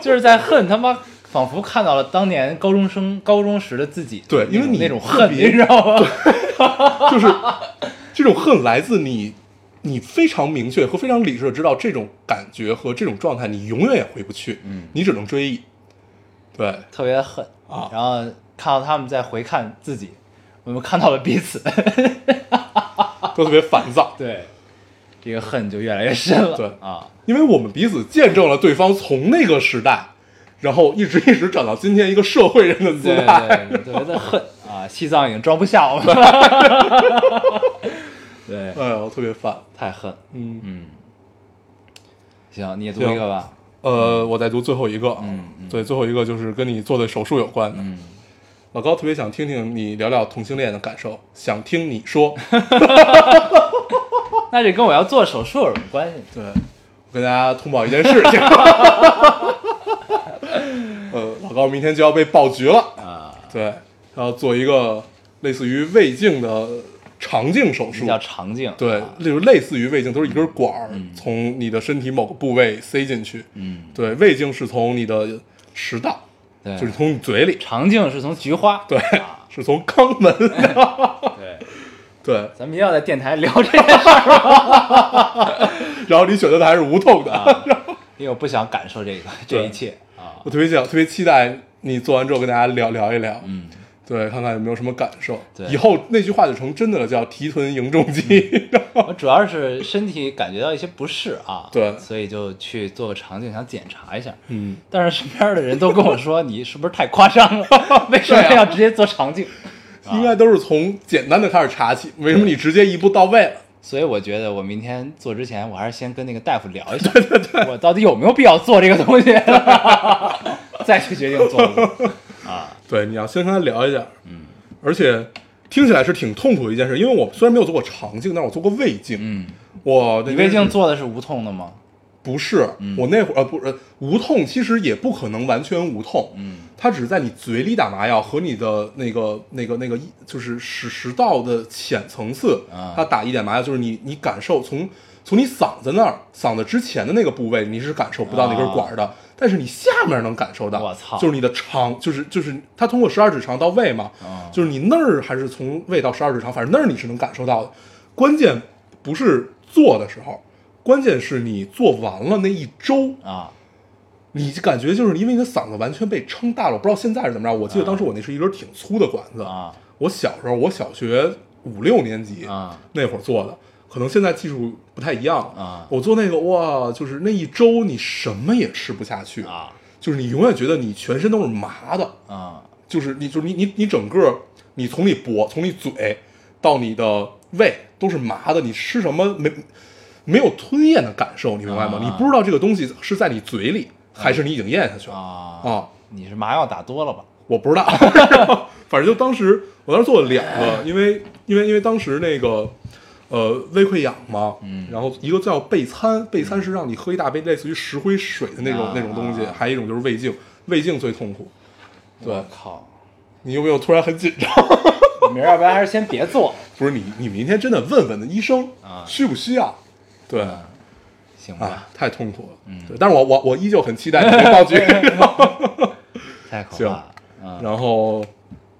S2: 就是在恨他妈，仿佛看到了当年高中生高中时的自己，
S3: 对因为你
S2: 那种
S3: 特
S2: 恨，
S3: 别
S2: 你知道吗？
S3: 就是这种恨来自你，你非常明确和非常理智的知道这种感觉和这种状态，你永远也回不去，嗯，你只能追忆。对，
S2: 特别恨
S3: 啊
S2: 然后看到他们在回看自己，我们看到了彼 此，，
S3: 都特别烦躁
S2: 对，这个恨就越来越深了，
S3: 对
S2: 啊，
S3: 因为我们彼此见证了对方从那个时代，然后一直一直长到今天一个社会人的姿
S2: 对
S3: 态。
S2: 对，对特别的恨啊，西藏已经装不下我们了， 对，
S3: 哎呦，特别烦。
S2: 太恨，
S3: 嗯，
S2: 嗯，行，你也读
S3: 行
S2: 一个吧，
S3: 呃，我再读最后一个，
S2: 嗯嗯
S3: 对，最后一个就是跟你做的手术有关的。嗯，老高特别想听听你聊聊同性恋的感受，想听你 说。
S2: 那这跟我要做手术有什么关系？
S3: 对，我跟大家通报一件事情， 呃，老高明天就要被爆菊了啊！对，要做一个类似于胃镜的肠镜手术
S2: 这，叫肠镜。
S3: 对，
S2: 啊
S3: 就是类似于胃镜，都是一根管儿、从你的身体某个部位塞进去。
S2: 嗯，
S3: 对，胃镜是从你的食道，
S2: 对，
S3: 就是从你嘴里，
S2: 肠镜是从菊花。
S3: 对，
S2: 哎啊哎
S3: 是从肛门，
S2: 对，
S3: 对，
S2: 咱们一定要在电台聊这件事儿，
S3: 然后你选择的还是无痛的。
S2: 啊因为我不想感受这个这
S3: 对
S2: 一切啊。
S3: 我特别想，特别期待你做完之后跟大家聊聊一聊。
S2: 嗯，
S3: 对，看看有没有什么感受。
S2: 对
S3: 以后那句话就成真的了，叫“提臀迎重机
S2: 我主要是身体感觉到一些不适啊，
S3: 对
S2: 所以就去做个肠镜，想检查一下。”。
S3: 嗯，
S2: 但是身边的人都跟我说，你是不是太夸张了？为什么
S3: 对啊
S2: 要直接做肠镜？
S3: 应该都是从简单的开始查起。为什么你直接一步到位了？
S2: 所以我觉得我明天做之前，我还是先跟那个大夫聊一下，对对对我到底有没有必要做这个东西， 再去决定做不做。
S3: 对，你要先跟他聊一下。嗯，而且听起来是挺痛苦的一件事，因为我虽然没有做过肠镜，但是我做过胃镜。
S2: 嗯，
S3: 我
S2: 你
S3: 胃
S2: 胃镜嗯做的是无痛的吗？
S3: 不是，我那会儿呃不是无痛，其实也不可能完全无痛，嗯，它只是在你嘴里打麻药和你的那个那个那个就是食食道的浅层次，
S2: 啊
S3: 它打一点麻药，就是你你感受从从你嗓子那儿嗓子之前的那个部位你是感受不到那根管儿的，但是你下面能感受到，
S2: 啊我操
S3: 就是你的肠，就是就是它通过十二指肠到胃嘛，
S2: 啊
S3: 就是你那儿还是从胃到十二指肠，反正那儿你是能感受到的。关键不是做的时候，关键是你做完了那一周，
S2: 啊，
S3: 你感觉就是因为你的嗓子完全被撑大了。我不知道现在是怎么着，我记得当时我那是一根挺粗的管子
S2: 啊。
S3: 我小时候，我小学五六年级
S2: 啊
S3: 那会儿做的，可能现在技术不太一样了
S2: 啊
S3: 我做那个哇，就是那一周你什么也吃不下去，
S2: 啊
S3: 就是你永远觉得你全身都是麻的。
S2: 啊
S3: 就是你就是你你你整个你从你脖从你嘴到你的胃都是麻的，你吃什么没没有吞咽的感受，你明白吗？
S2: 啊
S3: 你不知道这个东西是在你嘴里还是你已经咽下去了
S2: 啊！
S3: 啊！
S2: 你是麻药打多了吧？
S3: 我不知 道，反正就当时我当时做了两个，因为因为因为当时那个呃胃溃疡嘛，嗯，然后一个叫备餐，备餐是让你喝一大杯类似于石灰水的那种、
S2: 啊
S3: 那种东西，还有一种就是胃镜，胃镜最痛苦。对
S2: 我靠，
S3: 你有没有突然很紧张？
S2: 明儿要不然还是先别 做，
S3: 不是你，你明天真的问问那医生
S2: 啊
S3: 需不需要？对
S2: 行吧
S3: 啊？，太痛苦了。
S2: 嗯
S3: 对，但是我我我依旧很期待 你的道具。
S2: 太可
S3: 行
S2: 怕了，嗯，
S3: 然后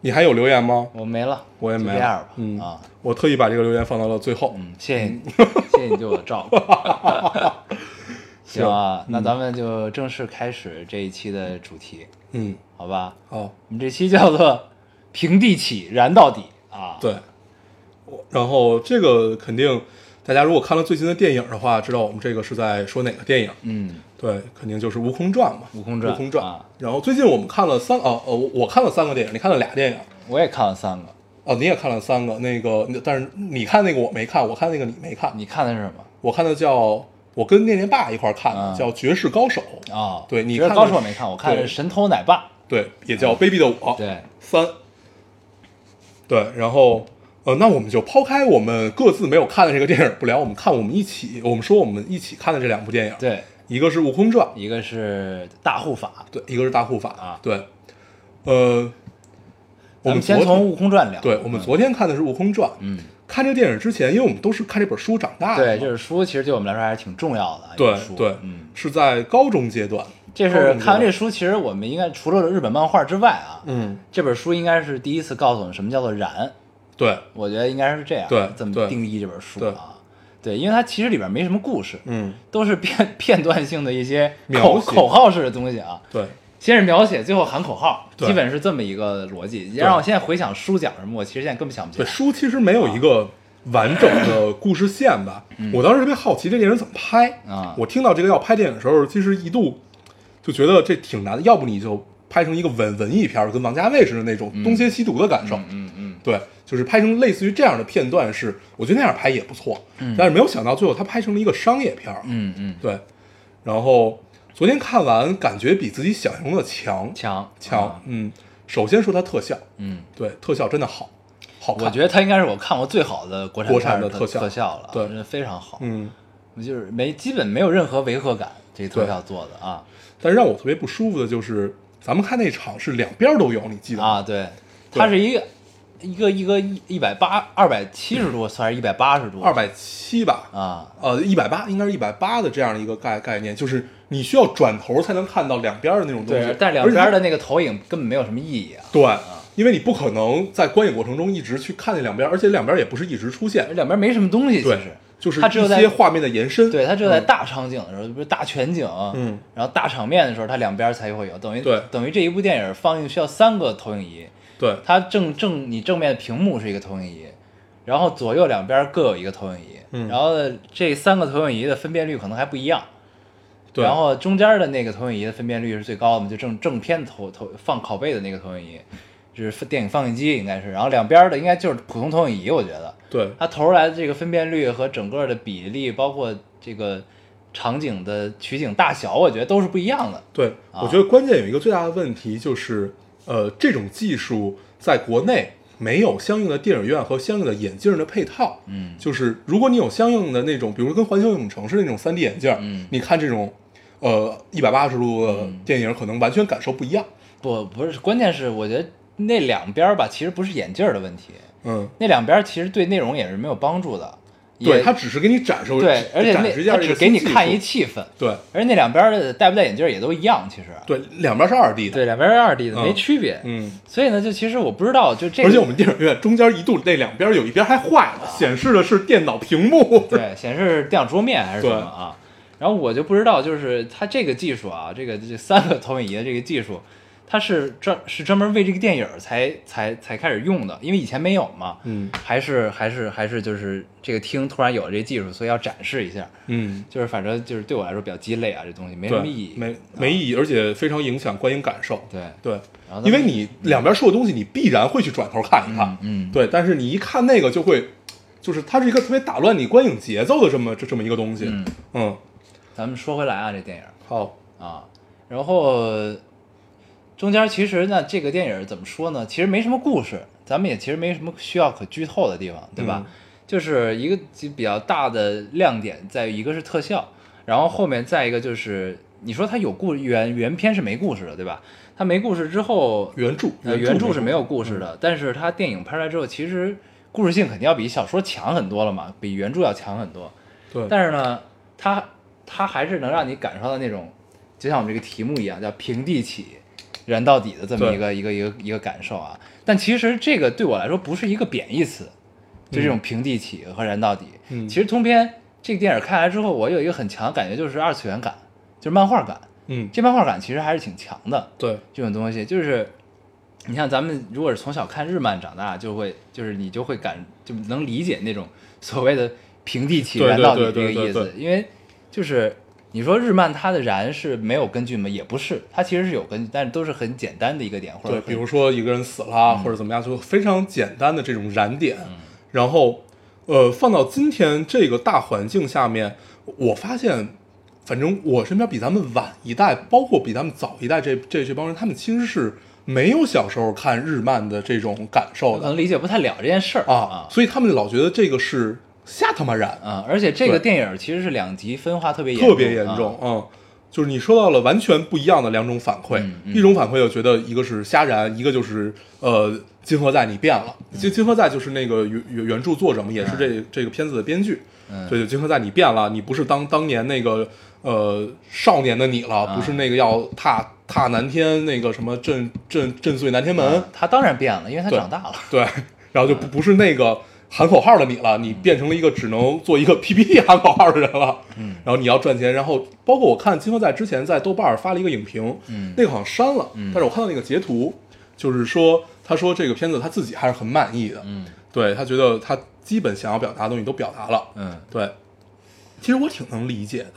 S3: 你还有留言吗？
S2: 我没了，
S3: 我也没
S2: 就
S3: 了
S2: 这样吧，
S3: 嗯
S2: 啊，
S3: 我特意把这个留言放到了最后。
S2: 嗯，谢谢你， 谢谢你对我的 照顾。行啊，那咱们就正式开始这一期的主题，
S3: 嗯，
S2: 好吧？
S3: 好，
S2: 我们这期叫做 “平地起，燃到底”啊。，
S3: 对。我然后这个肯定，大家如果看了最新的电影的话，知道我们这个是在说哪个电影？
S2: 嗯，
S3: 对，肯定就是《悟空传》嘛，《
S2: 悟空传
S3: 悟空传》
S2: 啊
S3: 然后最近我们看了三哦呃，我我看了三个电影，你看了俩电影。
S2: 我也看了三个，
S3: 哦，你也看了三个，那个，但是你看那个我没看，我看那个你没看，
S2: 你看的是什么？
S3: 我看的叫我跟念念爸一块儿看的，
S2: 啊
S3: 叫《绝世高手》
S2: 啊、
S3: 对你
S2: 觉得
S3: 看
S2: 高
S3: 的
S2: 手
S3: 是
S2: 我没看，我看的
S3: 对
S2: 是《神偷奶爸
S3: 对，也叫《卑鄙的我》》。
S2: 啊对，
S3: 三，对，然后呃，那我们就抛开我们各自没有看的这个电影不聊，我们看我们一起，我们说我们一起看的这两部电影，，
S2: 对，
S3: 一个是《悟空传》，
S2: 一个是大护法。
S3: 对，一个是《大护法》
S2: 啊
S3: 对，呃，我
S2: 咱
S3: 们
S2: 们先
S3: 昨
S2: 从《
S3: 天
S2: 悟空传》聊。
S3: 对，我们昨天看的是《悟空传》，
S2: 嗯，
S3: 看这个电影之前，因为我们都是看这本书长大的嘛，
S2: 对这本书其实对我们来说还是挺重要的啊。一本书
S3: 对对，
S2: 嗯，
S3: 是在高中阶段，
S2: 这
S3: 高
S2: 是
S3: 中阶
S2: 看完这
S3: 段，
S2: 书，其实我们应该除了日本漫画之外啊，
S3: 嗯，
S2: 这本书应该是第一次告诉我们什么叫做燃，
S3: 对，
S2: 我觉得应该是这样，
S3: 对
S2: 这么
S3: 对
S2: 定义这本书
S3: 对
S2: 啊，对，因为它其实里边没什么故事，
S3: 嗯，
S2: 都是 片片段性的一些口
S3: 描写
S2: 口号式的东西啊，
S3: 对，
S2: 先是描写，最后喊口号，
S3: 对
S2: 基本是这么一个逻辑。你让我现在回想书讲什么，我其实现在根本想不起
S3: 对，
S2: 来。
S3: 书其实没有一个完整的故事线吧。我当时特别好奇这电影怎么拍
S2: 嗯啊
S3: 我听到这个要拍电影的时候，其实一度就觉得这挺难的，要不你就拍成一个文文艺片儿，跟王家卫似的那种东邪西毒的感受。
S2: 嗯嗯，
S3: 对，就是拍成类似于这样的片段是，我觉得那样拍也不错。但是没有想到最后他拍成了一个商业片儿。
S2: 嗯嗯，
S3: 对，然后昨天看完，感觉比自己想象中的强
S2: 强
S3: 强。
S2: 啊
S3: 嗯，首先说它特效，
S2: 嗯，
S3: 对，特效真的好，好看。
S2: 我觉得它应该是我看过最好的国产
S3: 国产
S2: 片儿
S3: 的
S2: 特
S3: 特效
S2: 效了，
S3: 对
S2: 真的非常好。
S3: 嗯，
S2: 就是没基本没有任何违和感，这特效做的啊
S3: 但是让我特别不舒服的就是，咱们看那场是两边都有，你记得吗？
S2: 啊，对，
S3: 对
S2: 它是一个一个一个一百八二百七十度，算是一百八十度，
S3: 二百七吧，
S2: 啊，
S3: 呃，一百八应该是一百八的这样一个概概念，就是你需要转头才能看到两边的那种东西
S2: 对，，但两边
S3: 而且
S2: 的那个投影根本没有什么意义啊，
S3: 对，因为你不可能在观影过程中一直去看那两边，而且两边也不是一直出现，
S2: 两边没什么东西，其
S3: 对
S2: 实，
S3: 就是
S2: 它只有
S3: 一
S2: 在
S3: 些画面的延伸，
S2: 对，它只有在
S3: 嗯
S2: 大场景的时候，比如大全景，
S3: 嗯，
S2: 然后大场面的时候，它两边才会有，等于
S3: 对
S2: 等于这一部电影放映需要三个投影仪，
S3: 对
S2: 它正正你正面的屏幕是一个投影仪，然后左右两边各有一个投影仪，
S3: 嗯
S2: 然后这三个投影仪的分辨率可能还不一样，
S3: 对，
S2: 然后中间的那个投影仪的分辨率是最高的嘛，就正正片投投放拷贝的那个投影仪，就是电影放映机应该是，然后两边的应该就是普通投影仪，我觉得
S3: 对
S2: 它投出来的这个分辨率和整个的比例，包括这个场景的取景大小，我觉得都是不一样的。
S3: 对，我觉得关键有一个最大的问题就是，呃，这种技术在国内没有相应的电影院和相应的眼镜的配套。
S2: 嗯，
S3: 就是如果你有相应的那种，比如说跟环球影城是那种 3D 眼镜，
S2: 嗯
S3: 你看这种，呃，一百八十度的电影，可能完全感受不一样。
S2: 不不是，关键是我觉得那两边吧，其实不是眼镜儿的问题，
S3: 嗯，
S2: 那两边其实对内容也是没有帮助的。
S3: 对，
S2: 也
S3: 它只是给你展示，
S2: 对，而且
S3: 展示
S2: 那
S3: 一下
S2: 它
S3: 这
S2: 只
S3: 个
S2: 给你
S3: 新技
S2: 看
S3: 术
S2: 一气氛，
S3: 对
S2: 而且那两边儿的戴不戴眼镜儿也都一样，其实。
S3: 对，两边是二 D 的。
S2: 对，两边是二 D 的，
S3: 嗯
S2: 没区别。
S3: 嗯，
S2: 所以呢，就其实我不知道，就这个，
S3: 而且我们电影院中间一度那两边有一边还坏了，显示的是电脑屏幕。
S2: 对显示电脑桌面还是什
S3: 对
S2: 么啊？然后我就不知道，就是它这个技术啊，这个这三个投影仪的这个技术，它是专是专门为这个电影儿才才才开始用的，因为以前没有嘛。
S3: 嗯
S2: 还是还是还是就是这个厅突然有了这技术，所以要展示一下。
S3: 嗯，
S2: 就是反正就是对我来说比较鸡肋啊，这东西没什
S3: 对，
S2: 么意义。
S3: 没没意义，而且非常影响观影感受。
S2: 啊对，
S3: 对
S2: 然后咱们
S3: 因为你两边说的东西，你必然会去转头看一看。
S2: 嗯嗯
S3: 对，但是你一看那个就会，就是它是一个特别打乱你观影节奏的这么这这么一个东西。
S2: 嗯
S3: 嗯
S2: 咱们说回来啊，这电影儿，
S3: 好，
S2: 啊，然后中间其实呢，这个
S3: 嗯
S2: 电影怎么说呢？其实没什么故事，咱们也其实没什么需要可剧透的地方，对吧？就是一个就比较大的亮点在于一个是特效，然后后面再一个就是你说它有故原原片是没故事的，对吧？它没故事之后，
S3: 原著
S2: 呃原著是没
S3: 有
S2: 有故事的，但是它电影拍出来之后，其实故事性肯定要比小说强很多了嘛，比原著要强很多。
S3: 对，
S2: 但是呢，它它还是能让你感受到那种，就像我们这个题目一样，叫平地起，燃到底的这么
S3: 对
S2: 一个一个一个一个感受啊。但其实这个对我来说不是一个贬义词，就这种平地起和燃到底。
S3: 嗯
S2: 其实通篇这个电影看来之后，我有一个很强的感觉，就是二次元感，就是漫画感。
S3: 嗯
S2: 这漫画感其实还是挺强的，
S3: 对
S2: 这种东西，就是你像咱们如果是从小看日漫长大，就会就是你就会感就能理解那种所谓的平地起
S3: 对
S2: 燃
S3: 对
S2: 到底
S3: 对
S2: 这个
S3: 对对
S2: 意思
S3: 对，
S2: 因为就是你说日漫它的燃是没有根据吗？也不是，它其实是有根据，但是都是很简单的一个点，或者
S3: 对，
S2: 很
S3: 比如说一个人死啦，或者怎么样，就非常简单的这种燃点，然后呃，放到今天这个大环境下面，我发现。反正我身边比咱们晚一代，包括比咱们早一代这这这帮人，他们其实是没有小时候看日漫的这种感受
S2: 可
S3: 的
S2: 能理解不太了这件事儿
S3: 啊，所以他们老觉得这个是瞎他妈燃，
S2: 啊！而且这个
S3: 对
S2: 电影其实是两极分化特别
S3: 特别严
S2: 重啊
S3: 重，，嗯，就是你说到了完全不一样的两种反馈，
S2: 嗯嗯
S3: 一种反馈就觉得一个是瞎燃，一个就是呃金河在你变了，
S2: 嗯
S3: 金、金河在就是那个原原原著作者嘛，也是这、这个片子的编剧，
S2: 嗯
S3: 所以就金河在你变了，你不是当当年那个呃少年的你了，
S2: 啊
S3: 不是那个要踏踏南天那个什么震震震碎南天门，
S2: 啊他当然变了，因为他
S3: 对
S2: 长大了，
S3: 对，然后就不不是那个喊口号的你了，你变成了一个只能做一个 PPT 喊口号的人了。嗯，然后你要赚钱，然后包括我看金河在之前在豆瓣儿发了一个影评，
S2: 嗯
S3: 那个好像删了，
S2: 嗯
S3: 但是我看到那个截图，就是说他说这个片子他自己还是很满意的，
S2: 嗯
S3: 对他觉得他基本想要表达的东西都表达了，
S2: 嗯，
S3: 对，其实我挺能理解的，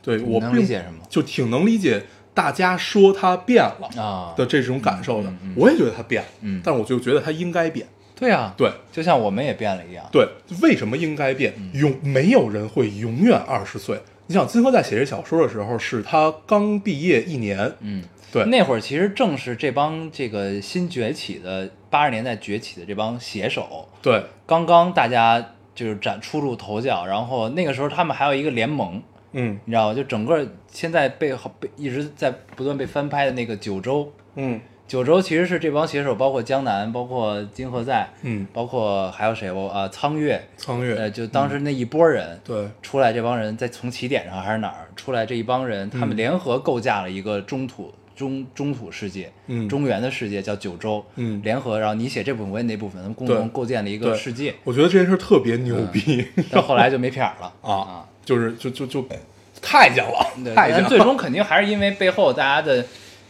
S3: 对
S2: 你
S3: 我
S2: 能
S3: 并
S2: 理解什么
S3: 就挺能理解大家说他变了
S2: 啊
S3: 的这种感受的，
S2: 嗯嗯嗯
S3: 我也觉得他变了，
S2: 嗯
S3: 但是我就觉得他应该变，
S2: 对嗯啊，
S3: 对
S2: 就像我们也变了一样，
S3: 对，为什么应该变？永没有人会永远二十岁。你想，金河在写这小说的时候，是他刚毕业一年，
S2: 嗯。
S3: 对，
S2: 那会儿其实正是这帮这个新崛起的八十年代崛起的这帮写手，
S3: 对
S2: 刚刚大家就是崭初露头角，然后那个时候他们还有一个联盟，
S3: 嗯
S2: 你知道吗？就整个现在被好被一直在不断被翻拍的那个九州，
S3: 嗯
S2: 九州其实是这帮写手，包括江南，包括金河在，
S3: 嗯，
S2: 包括还有谁我啊、苍月，
S3: 苍月，嗯
S2: 呃，就当时那一波人，
S3: 对
S2: 出来这帮人再从起点上还是哪儿出来这一帮人，
S3: 嗯
S2: 他们联合构架了一个中土中中土世界，
S3: 嗯
S2: 中原的世界叫九州，
S3: 嗯
S2: 联合，然后你写这部分，我也那部分，他们共同
S3: 对
S2: 构建了一个
S3: 对
S2: 世界，
S3: 我觉得这件事儿特别牛逼、
S2: 但后来就没撇儿了
S3: 啊，就是就就就太监了，
S2: 对，
S3: 太监
S2: 但最
S3: 了，
S2: 终肯定还是因为背后大家的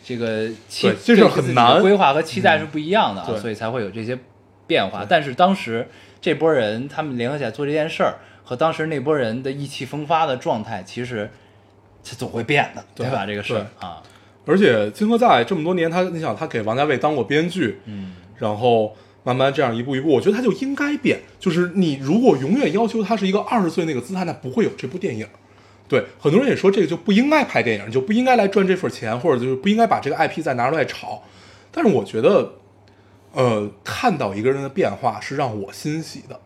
S2: 这个期
S3: 对这事儿
S2: 对
S3: 很
S2: 自己的
S3: 难嗯
S2: 规划和期待是不一样的啊，
S3: 对
S2: 所以才会有这些变化。但是当时这波人他们联合起来做这件事儿，和当时那波人的意气风发的状态，其实是总会变的，
S3: 对
S2: 吧？这个事儿啊，
S3: 而且金河在这么多年，他你想，他给王家卫当过编剧，
S2: 嗯，
S3: 然后慢慢这样一步一步，我觉得他就应该变。就是你如果永远要求他是一个二十岁那个姿态，那不会有这部电影。对，很多人也说这个就不应该拍电影，你就不应该来赚这份钱，或者就是不应该把这个 IP 再拿出来炒。但是我觉得，呃，看到一个人的变化是让我欣喜的，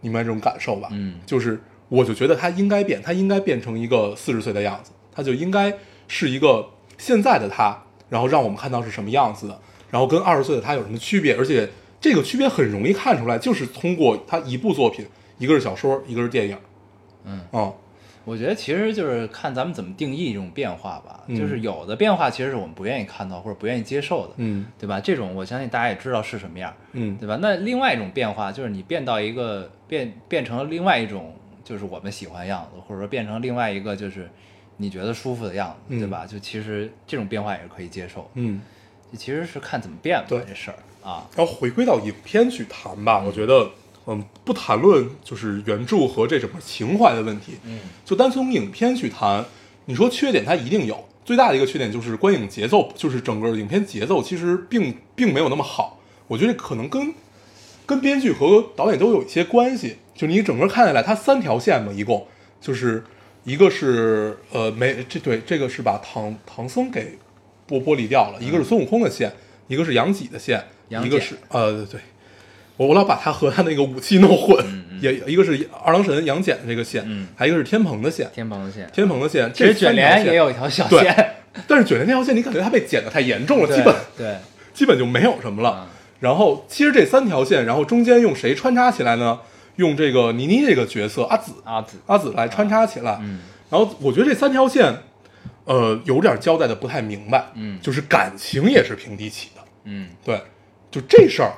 S3: 你们这种感受吧？
S2: 嗯
S3: 就是我就觉得他应该变，他应该变成一个四十岁的样子，他就应该是一个现在的他，然后让我们看到是什么样子的，然后跟二十岁的他有什么区别，而且这个区别很容易看出来，就是通过他一部作品，一个是小说，一个是电影，
S2: 嗯
S3: 哦，
S2: 我觉得其实就是看咱们怎么定义这种变化吧。
S3: 嗯
S2: 就是有的变化其实是我们不愿意看到或者不愿意接受的，
S3: 嗯
S2: 对吧？这种我相信大家也知道是什么样儿。
S3: 嗯
S2: 对吧？那另外一种变化就是你变到一个变变成了另外一种，就是我们喜欢的样子，或者说变成另外一个就是你觉得舒服的样子，
S3: 嗯
S2: 对吧？就其实这种变化也是可以接受，
S3: 嗯，
S2: 就其实是看怎么变吧
S3: 对
S2: 这事儿啊。
S3: 然后回归到影片去谈吧，我觉得，嗯，不谈论就是原著和这整个情怀的问题，嗯，就单从影片去谈，你说缺点它一定有，最大的一个缺点就是观影节奏，就是整个影片节奏其实并并没有那么好，我觉得可能跟跟编剧和导演都有一些关系。就你整个看下来，它三条线嘛，一共就是一个是呃没这对这个是把唐唐僧给嗯剥剥离掉了，一个是孙悟空的线，一个是杨戬的线，
S2: 杨
S3: 一个
S2: 戬
S3: 是呃对，我我老把他和他那个武器弄混，也一个是二郎神杨戬的这个线，
S2: 嗯
S3: 还有一个是天蓬的线，
S2: 天蓬线，
S3: 天蓬的线，
S2: 其实
S3: 这三
S2: 卷
S3: 条
S2: 帘
S3: 线
S2: 也有一条小
S3: 对
S2: 线，
S3: 但是卷帘那条线，你感觉它被剪得太严重了，
S2: 对
S3: 基本
S2: 对，
S3: 基本就没有什么了
S2: 啊。
S3: 然后其实这三条线，然后中间用谁穿插起来呢？用这个倪妮这个角色阿紫，
S2: 阿紫，
S3: 阿紫来穿插起来。
S2: 嗯
S3: 然后我觉得这三条线，呃，有点交代的不太明白。
S2: 嗯
S3: 就是感情也是平地起的。
S2: 嗯
S3: 对，就这事儿，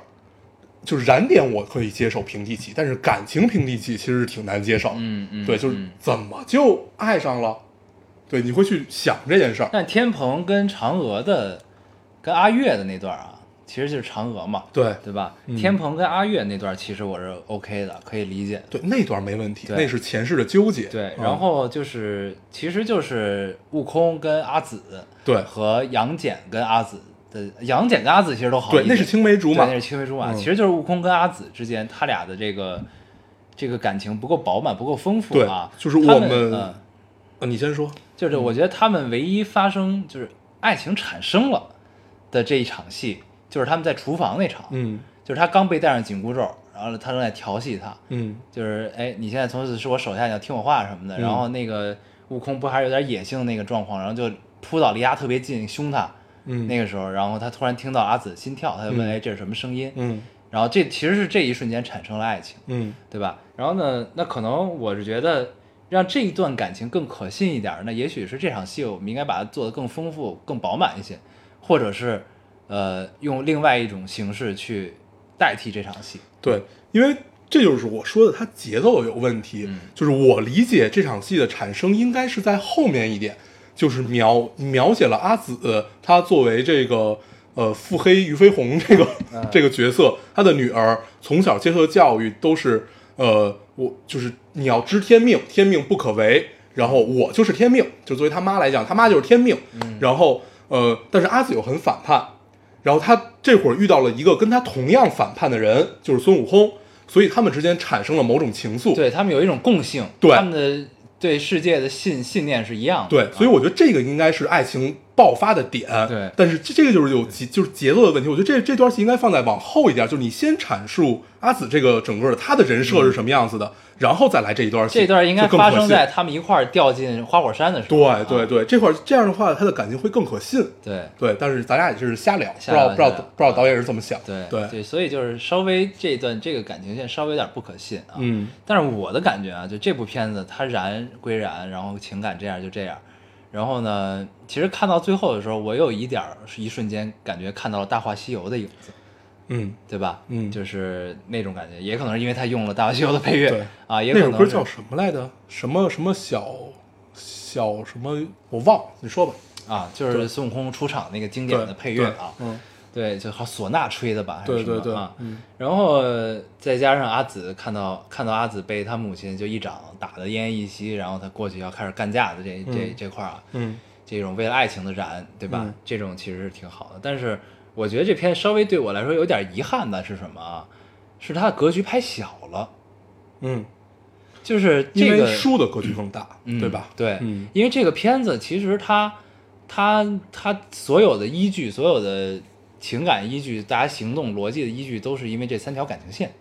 S3: 就是燃点我可以接受平地起，但是感情平地起其实是挺难接受。
S2: 嗯嗯，
S3: 对，就是
S2: 嗯
S3: 怎么就爱上了？对，你会去想这件事儿。
S2: 但天蓬跟嫦娥的，跟阿月的那段啊，其实就是嫦娥嘛，
S3: 对
S2: 对吧？
S3: 嗯
S2: 天蓬跟阿月那段，其实我是 OK 的，可以理解的。
S3: 对，那段没问题，
S2: 对
S3: 那是前世的纠结。
S2: 对，
S3: 嗯
S2: 然后就是，其实就是悟空跟阿紫，
S3: 对
S2: 和杨戬跟阿紫的，杨戬跟阿紫其实都好理
S3: 对，
S2: 解，
S3: 那是青梅竹马
S2: 对，那是青梅竹马，
S3: 嗯
S2: 其实就是悟空跟阿紫之间，他俩的这个这个感情不够饱满，不够丰富
S3: 对
S2: 啊。
S3: 就是
S2: 他
S3: 我
S2: 们，
S3: 们
S2: 嗯
S3: 啊，你先说。
S2: 就是我觉得他们唯一发生就是爱情产生了的这一场戏，就是他们在厨房那场，
S3: 嗯
S2: 就是他刚被戴上紧箍咒，然后他正在调戏她，
S3: 嗯
S2: 就是哎，你现在从此是我手下，你要听我话什么的。
S3: 嗯
S2: 然后那个悟空不还是有点野性的那个状况，然后就扑倒离他特别近，凶他。
S3: 嗯，
S2: 那个时候，然后他突然听到阿紫心跳，他就问：“
S3: 嗯
S2: 哎，这是什么声音？”
S3: 嗯
S2: 然后这其实是这一瞬间产生了爱情，
S3: 嗯
S2: 对吧？然后呢，那可能我是觉得让这一段感情更可信一点儿，那也许是这场戏我们应该把它做得更丰富、更饱满一些，或者是呃用另外一种形式去代替这场戏。
S3: 对，因为这就是我说的，它节奏有问题。就是我理解这场戏的产生应该是在后面一点，就是描描写了阿紫呃她作为这个。呃，腹黑俞飞鸿这个、 这个角色，她的女儿从小接受的教育都是，呃，我就是你要知天命，天命不可违。然后我就是天命，就作为他妈来讲，他妈就是天命。然后呃，但是阿紫又很反叛，然后他这会儿遇到了一个跟他同样反叛的人，就是孙悟空，所以他们之间产生了某种情愫。
S2: 对他们有一种共性，
S3: 对
S2: 他们的对世界的信信念是一样的。啊
S3: 对，所以我觉得这个应该是爱情爆发的点。
S2: 对
S3: 但是这这个就是有节就是节奏的问题。我觉得这这段戏应该放在往后一点，就是你先阐述阿紫这个整个的她的人设是什么样子的，然后再来这一段
S2: 嗯
S3: 戏。
S2: 这段应该
S3: 就更可
S2: 发
S3: 信
S2: 生在他们一块儿掉进花果山的时候啊。
S3: 对对对，这块儿这样的话，他的感情会更可信。
S2: 对
S3: 对，但是咱俩也是瞎聊，
S2: 瞎聊
S3: 不知道
S2: 瞎聊
S3: 不知道不知道导演是怎么想。
S2: 对
S3: 对，
S2: 所以就是稍微这段这个感情线稍微有点不可信啊。
S3: 嗯
S2: 但是我的感觉啊，就这部片子它燃归燃，然后情感这样就这样，然后呢，其实看到最后的时候，我有一点儿一瞬间感觉看到了《大话西游》的影子。
S3: 嗯，
S2: 对吧？
S3: 嗯
S2: 就是那种感觉，也可能是因为他用了《大话西游》的配乐
S3: 对
S2: 啊，也可
S3: 那
S2: 能
S3: 首歌
S2: 是
S3: 叫什么来着？什么什么小小什么？我忘了，你说吧。
S2: 啊，就是孙悟空出场那个经典
S3: 对
S2: 的配乐啊，
S3: 对嗯，
S2: 对，就好唢呐吹的吧，还是
S3: 对
S2: 什么
S3: 对对
S2: 啊，
S3: 嗯
S2: 然后再加上阿紫看到看到阿紫被他母亲就一掌打得奄奄一息，然后他过去要开始干架的这这
S3: 嗯
S2: 这块儿啊，
S3: 嗯，
S2: 这种为了爱情的燃，对吧？
S3: 嗯
S2: 这种其实是挺好的，但是我觉得这片稍微对我来说有点遗憾的是什么啊？是它的格局拍小了，
S3: 嗯，
S2: 就是
S3: 因
S2: 这
S3: 为
S2: 个
S3: 书的格局更大，
S2: 嗯
S3: 对吧？
S2: 对，
S3: 嗯
S2: 因为这个片子其实它它它所有的依据、所有的情感依据、大家行动逻辑的依据，都是因为这三条感情线。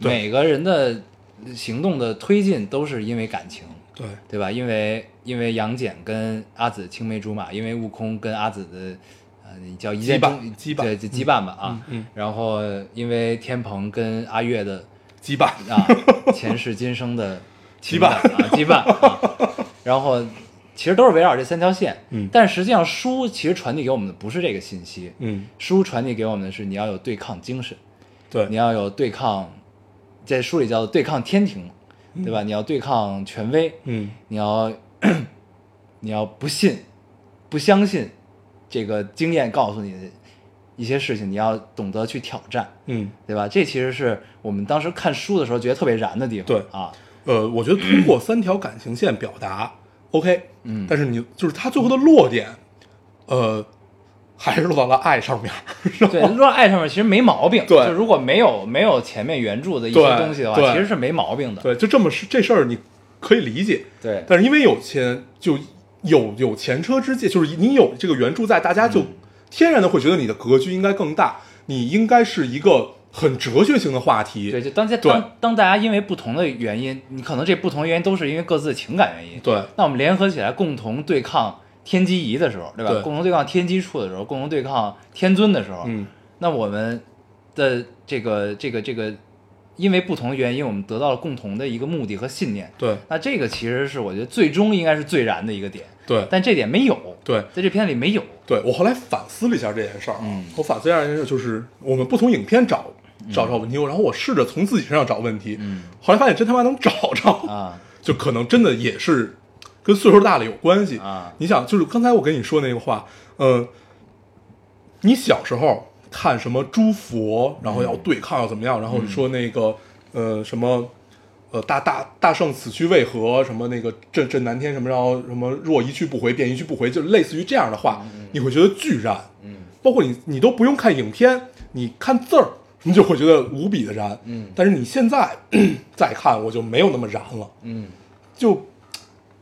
S3: 对
S2: 每个人的行动的推进都是因为感情，
S3: 对
S2: 对吧？因为因为杨戬跟阿紫青梅竹马，因为悟空跟阿紫的呃叫一见
S3: 羁绊
S2: 钟
S3: 羁绊
S2: 对羁绊吧啊。
S3: 嗯嗯
S2: 然后因为天蓬跟阿月的
S3: 羁绊，
S2: 啊，前世今生的羁绊啊，羁绊啊。然后其实都是围绕这三条线，
S3: 嗯
S2: 但实际上书其实传递给我们的不是这个信息，
S3: 嗯，
S2: 书传递给我们的是你要有对抗精神，
S3: 对
S2: 你，要有对抗，在书里叫做对抗天庭，对吧？你要对抗权威，
S3: 嗯
S2: 你要 你要不信，不相信这个经验告诉你的一些事情，你要懂得去挑战。
S3: 嗯，
S2: 对吧？这其实是我们当时看书的时候觉得特别燃的地方。
S3: 对
S2: 啊，
S3: 呃，我觉得通过三条感情线表达，OK，
S2: 嗯
S3: 但是你就是他最后的落点，呃，还是落到了爱上面，是吧
S2: 对，《热爱》上面其实没毛病。
S3: 对
S2: 就如果没有没有前面原著的一些
S3: 对
S2: 东西的话，
S3: 对
S2: 其实是没毛病的。
S3: 对，就这么是这事儿你可以理解，
S2: 对
S3: 但是因为有钱，就有有前车之鉴，就是你有
S2: 嗯
S3: 这个原著在，大家就天然的会觉得你的格局应该更大，你应该是一个很哲学性的话题。
S2: 对，就当家
S3: 对
S2: 当当大家因为不同的原因，你可能这不同的原因都是因为各自的情感原因。
S3: 对
S2: 那我们联合起来共同对抗天机仪的时候，对吧？
S3: 对
S2: 共同对抗天机处的时候，共同对抗天尊的时候，
S3: 嗯，
S2: 那我们的这个这个这个，因为不同的原因，我们得到了共同的一个目的和信念。
S3: 对
S2: 那这个其实是我觉得最终应该是最燃的一个点，
S3: 对
S2: 但这点没有，
S3: 对
S2: 在这片里没有。
S3: 对，我后来反思了一下这件事儿啊，
S2: 嗯
S3: 我反思一下这件事儿，就是我们不从影片找找找问题，然后我试着从自己身上找问题，
S2: 嗯
S3: 后来发现真他妈能找着，
S2: 啊，
S3: 就可能真的也是跟岁数大了有关系
S2: 啊
S3: 你想，就是刚才我跟你说那个话，呃，你小时候看什么诸佛，然后要对抗要怎么样，然后你说那个、呃什么。呃，大大大圣，此去为何？什么那个朕朕南天什么，然后什么若一去不回，便一去不回，就类似于这样的话，你会觉得巨燃。包括你你都不用看影片，你看字儿， 你就会觉得无比的燃。
S2: 嗯
S3: 但是你现在 再看，我就没有那么燃了，
S2: 嗯，
S3: 就